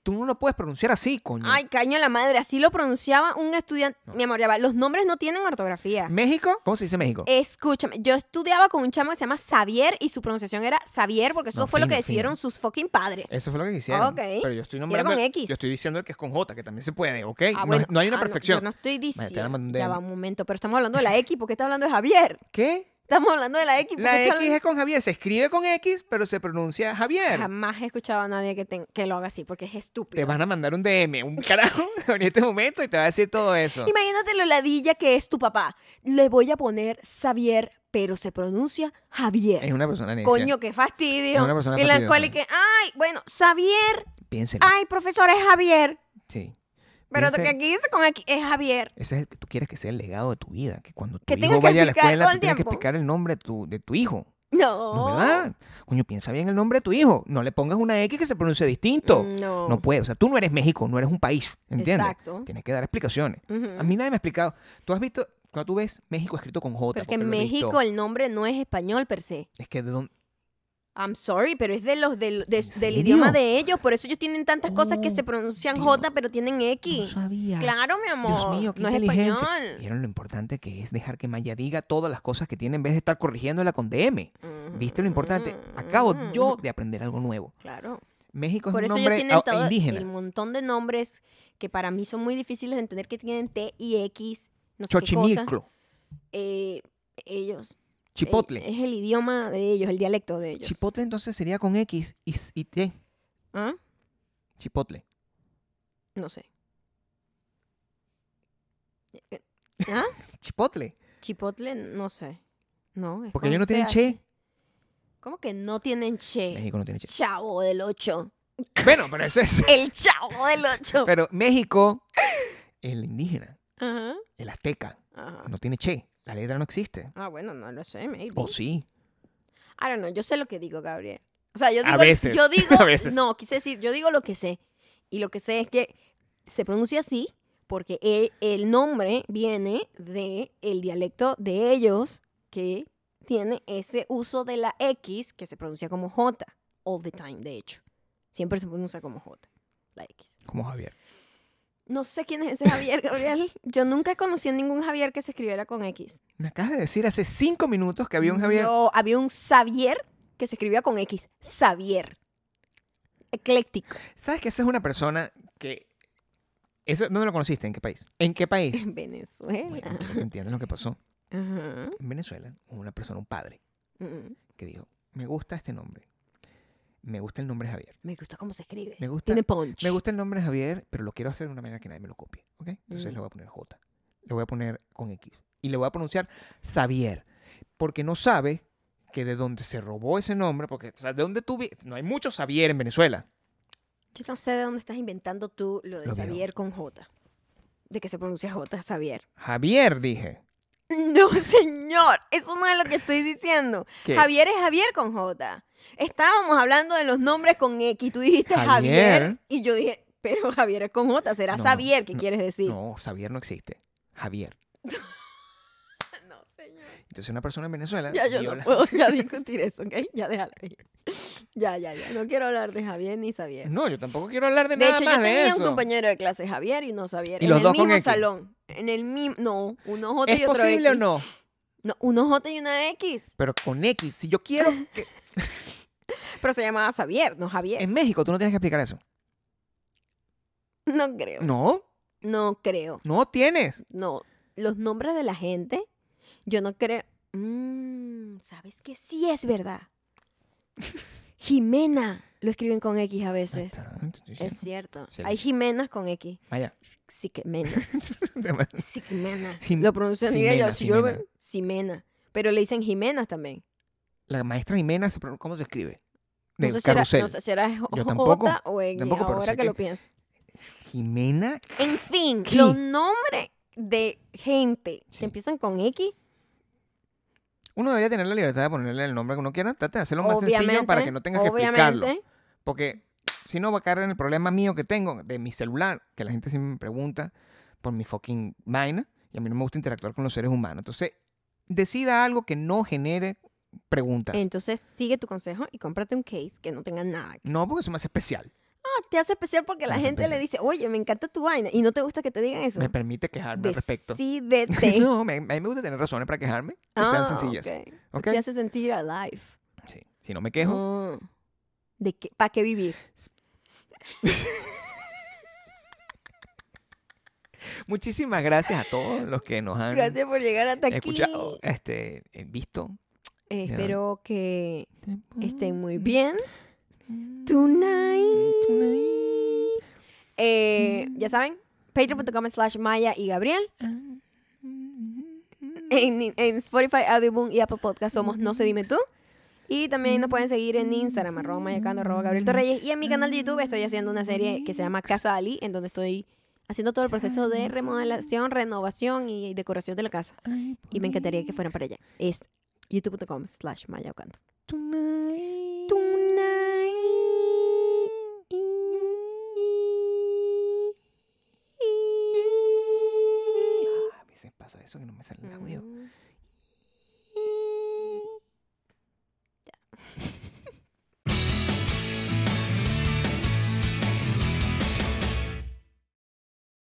B: Tú no lo puedes pronunciar así, coño.
A: Ay, caño la madre, así lo pronunciaba un estudiante.
B: No.
A: Mi amor, ya va, los nombres no tienen ortografía.
B: ¿México? ¿Cómo se dice México?
A: Escúchame, yo estudiaba con un chamo que se llama Xavier y su pronunciación era Xavier porque eso
B: No,
A: fue lo
B: fino,
A: que decidieron sus fucking padres.
B: Eso fue lo que hicieron.
A: Ok.
B: Pero yo estoy nombrando.
A: con
B: el-
A: X.
B: Yo estoy diciendo el que es con J, que también se puede, ¿ok?
A: Ah,
B: no,
A: bueno.
B: no hay una
A: Ah,
B: perfección.
A: yo no estoy
B: van a
A: diciendo.
B: mandar-
A: Ya va un momento, pero estamos hablando de la X, ¿por qué está hablando de Javier?
B: ¿Qué?
A: Estamos hablando de la X. ¿por
B: La
A: qué está
B: X
A: hablando-
B: es con Javier. Se escribe con X, pero se pronuncia Javier.
A: Jamás he escuchado a nadie que, ten- que lo haga así porque es
B: Te
A: estúpido.
B: van a mandar un DM, un carajo, en este momento y te va a decir todo eso.
A: Imagínate lo ladilla que es tu papá. Le voy a poner Xavier, pero se pronuncia Javier.
B: Es una persona necia.
A: Coño, qué fastidio.
B: Es una persona
A: en la
B: fastidiosa.
A: cual y que, ay, bueno, Xavier,
B: Piénselo.
A: ay, profesor, es Javier.
B: Sí.
A: Pero lo
B: Piensa-
A: que aquí dice con aquí es Javier.
B: Ese es el que tú quieres que sea el legado de tu vida. Que cuando tu
A: Que tengas
B: hijo
A: que
B: vaya a la
A: explicar todo
B: escuela,
A: el
B: tú tienes que
A: tiempo.
B: explicar el nombre de tu, de tu hijo.
A: No.
B: No, ¿verdad? Coño, piensa bien el nombre de tu hijo. No le pongas una X que se pronuncie distinto.
A: Mm, No.
B: No puede. O sea, tú no eres México, no eres un país. ¿Entiendes?
A: Exacto. Mm.
B: Tienes que dar explicaciones.
A: Ujú.
B: A mí nadie me ha explicado. Tú has visto, cuando tú ves México escrito con J.
A: Porque
B: lo
A: en
B: he visto.
A: México el nombre no es español per se.
B: Es que de dónde.
A: I'm sorry, pero es de los del- de- del
B: ¿En serio?
A: idioma de ellos. Por eso ellos tienen tantas cosas que
B: Oh,
A: se pronuncian
B: Dios.
A: J, pero tienen
B: No
A: X.
B: sabía.
A: claro, mi amor.
B: Dios mío, qué
A: no es
B: inteligencia.
A: español.
B: Vieron lo importante que es dejar que Maya diga todas las cosas que tiene en vez de estar corrigiéndola con DM. ¿Viste lo importante? Acabo
A: Mm.
B: yo de aprender algo nuevo.
A: Claro.
B: México es
A: Por
B: un
A: eso ellos
B: nombre
A: tienen
B: ah,
A: todo
B: indígena.
A: el montón de nombres que para mí son muy difíciles de entender que tienen T y X, no sé qué cosa.
B: Xochimilco,
A: Eh, ellos.
B: Chipotle.
A: eh, Es el idioma de ellos, el dialecto de ellos.
B: Chipotle entonces sería con X y, s- y T.
A: ¿Ah?
B: Chipotle.
A: No sé. Eh, ¿Ah?
B: Chipotle.
A: Chipotle, no sé. No, es
B: Porque
A: con
B: ellos no tienen
A: CH.
B: che.
A: ¿Cómo que no tienen che?
B: México no tiene che.
A: Chavo del 8.
B: Bueno, pero eso es.
A: El chavo del 8.
B: Pero México, el indígena,
A: Ajá,
B: el azteca,
A: ajá.
B: no tiene che. La letra no existe.
A: Ah, bueno, no lo sé, maybe.
B: O sí.
A: I don't know, yo sé lo que digo, Gabriel. O sea, yo
B: A
A: digo.
B: veces,
A: Yo digo.
B: a veces.
A: No, quise decir, yo digo lo que sé. Y lo que sé es que se pronuncia así porque e- el, nombre viene del el dialecto de ellos que tiene ese uso de la X que se pronuncia como J. All the time, de hecho. Siempre se pronuncia como J. La X.
B: Como Javier.
A: No sé quién es ese Javier, Gabriel. Yo nunca conocí a ningún Javier que se escribiera con X.
B: Me acabas de decir hace cinco minutos que había un Javier.
A: No, había un Xavier que se escribía con X. Xavier. Ecléctico.
B: ¿Sabes que esa es una persona que. Eso, ¿Dónde lo conociste? ¿En qué país? ¿En qué país?
A: En Venezuela.
B: Bueno, quiero que entiendan lo que pasó.
A: Ajá.
B: En Venezuela, una persona, un padre,
A: Mm.
B: que dijo: Me gusta este nombre. Me gusta el nombre Javier.
A: Me gusta cómo se escribe.
B: Me gusta
A: Tiene punch.
B: Me gusta el nombre Javier, pero lo quiero hacer de una manera que nadie me lo copie, ¿ok? Entonces
A: Mm.
B: le voy a poner J, le voy a poner con X y le voy a pronunciar Xavier, porque no sabe que de dónde se robó ese nombre, porque o sea, de dónde tú vi- no hay muchos Xavier en Venezuela.
A: Yo no sé de dónde estás inventando tú lo de
B: Lo mío.
A: Xavier con J. De que se pronuncia J, Xavier.
B: Javier dije.
A: No, señor, eso no es lo que estoy diciendo.
B: ¿Qué?
A: Javier es Javier con J. Estábamos hablando de los nombres con X. Tú dijiste Javier,
B: Javier.
A: y yo dije, pero Javier es con J. ¿Será
B: No,
A: Javier que
B: no,
A: quieres decir?
B: No, Javier no existe. Javier.
A: No, señor.
B: Entonces una persona en Venezuela.
A: Ya yo
B: viola-
A: no puedo ya discutir eso, ¿ok? Ya déjalo ir. Ya, ya, ya. No quiero hablar de Javier ni Javier.
B: No, yo tampoco quiero hablar de,
A: De
B: nada
A: hecho,
B: más
A: yo tenía
B: de
A: un
B: eso.
A: compañero de clase, Javier, y no Javier.
B: ¿Y
A: en
B: los
A: el
B: dos con
A: mismo
B: X?
A: salón. En el mismo. No, uno J y
B: ¿Es
A: otro
B: posible
A: X.
B: o no?
A: No, uno J y una X.
B: Pero con X, si yo quiero... que-
A: Pero se llamaba Javier, no Javier.
B: En México tú no tienes que explicar eso.
A: No creo.
B: No,
A: No creo.
B: no tienes.
A: No. Los nombres de la gente, yo no creo. Mm, ¿Sabes qué? Sí es verdad. Jimena. Lo escriben con X a
B: Ahí
A: veces.
B: está, te estoy diciendo.
A: Es cierto.
B: Sí.
A: Hay Jimenas con X.
B: Vaya.
A: Siquemena. Siquemena.
B: Jim-
A: Lo pronuncian igual, yo
B: Ximena,
A: sí, yo lo
B: Ximena.
A: veo- Ximena. Pero le dicen Jimenas también.
B: La maestra Jimena, se pro- ¿cómo se escribe? De
A: no sé Si
B: carrusel.
A: era, no sé si era J
B: tampoco,
A: o X.
B: tampoco, pero
A: ahora
B: sé
A: que
B: que-
A: lo pienso.
B: Jimena,
A: En fin,
B: Ki.
A: los nombres de gente
B: Sí.
A: que empiezan con X,
B: uno debería tener la libertad de ponerle el nombre que uno quiera. Trata de hacerlo más sencillo para que no tengas que explicarlo.
A: obviamente,
B: Porque si no va a caer en el problema mío que tengo de mi celular, que la gente siempre me pregunta por mi fucking vaina y a mí no me gusta interactuar con los seres humanos. Entonces, decida algo que no genere preguntas.
A: Entonces sigue tu consejo y cómprate un case que no tenga nada.
B: No, porque eso me hace especial.
A: Ah, te hace especial porque la
B: Me hace
A: gente le dice, oye, me encanta tu vaina y no te gusta que te digan eso.
B: Me permite quejarme al respecto.
A: Decídete.
B: No, me- a mí me gusta tener razones para quejarme que
A: Ah,
B: sean sencillas.
A: ok.
B: ¿ok?
A: Te hace sentir alive.
B: Sí. Si no me quejo,
A: Ah, ¿De qué? ¿Para qué vivir?
B: muchísimas gracias a todos los que nos han
A: Gracias por llegar hasta aquí.
B: Ah. escuchado, este, eh, visto.
A: Eh, Espero que estén muy bien. Tonight. Eh, ya saben, patreon.com slash Maya y Gabriel. En, en Spotify, Audioboom y Apple Podcast somos No Se Dime Tú. Y también nos pueden seguir en Instagram, arroba mayacando, arroba Gabriel Torreyes. Y en mi canal de YouTube estoy haciendo una serie que se llama Casa Ali, en donde estoy haciendo todo el proceso de remodelación, renovación y decoración de la casa. Y me encantaría que fueran para allá. Es youtube.com slash mayacando.
B: Tonight. Ah, A veces pasa eso que no me sale el audio.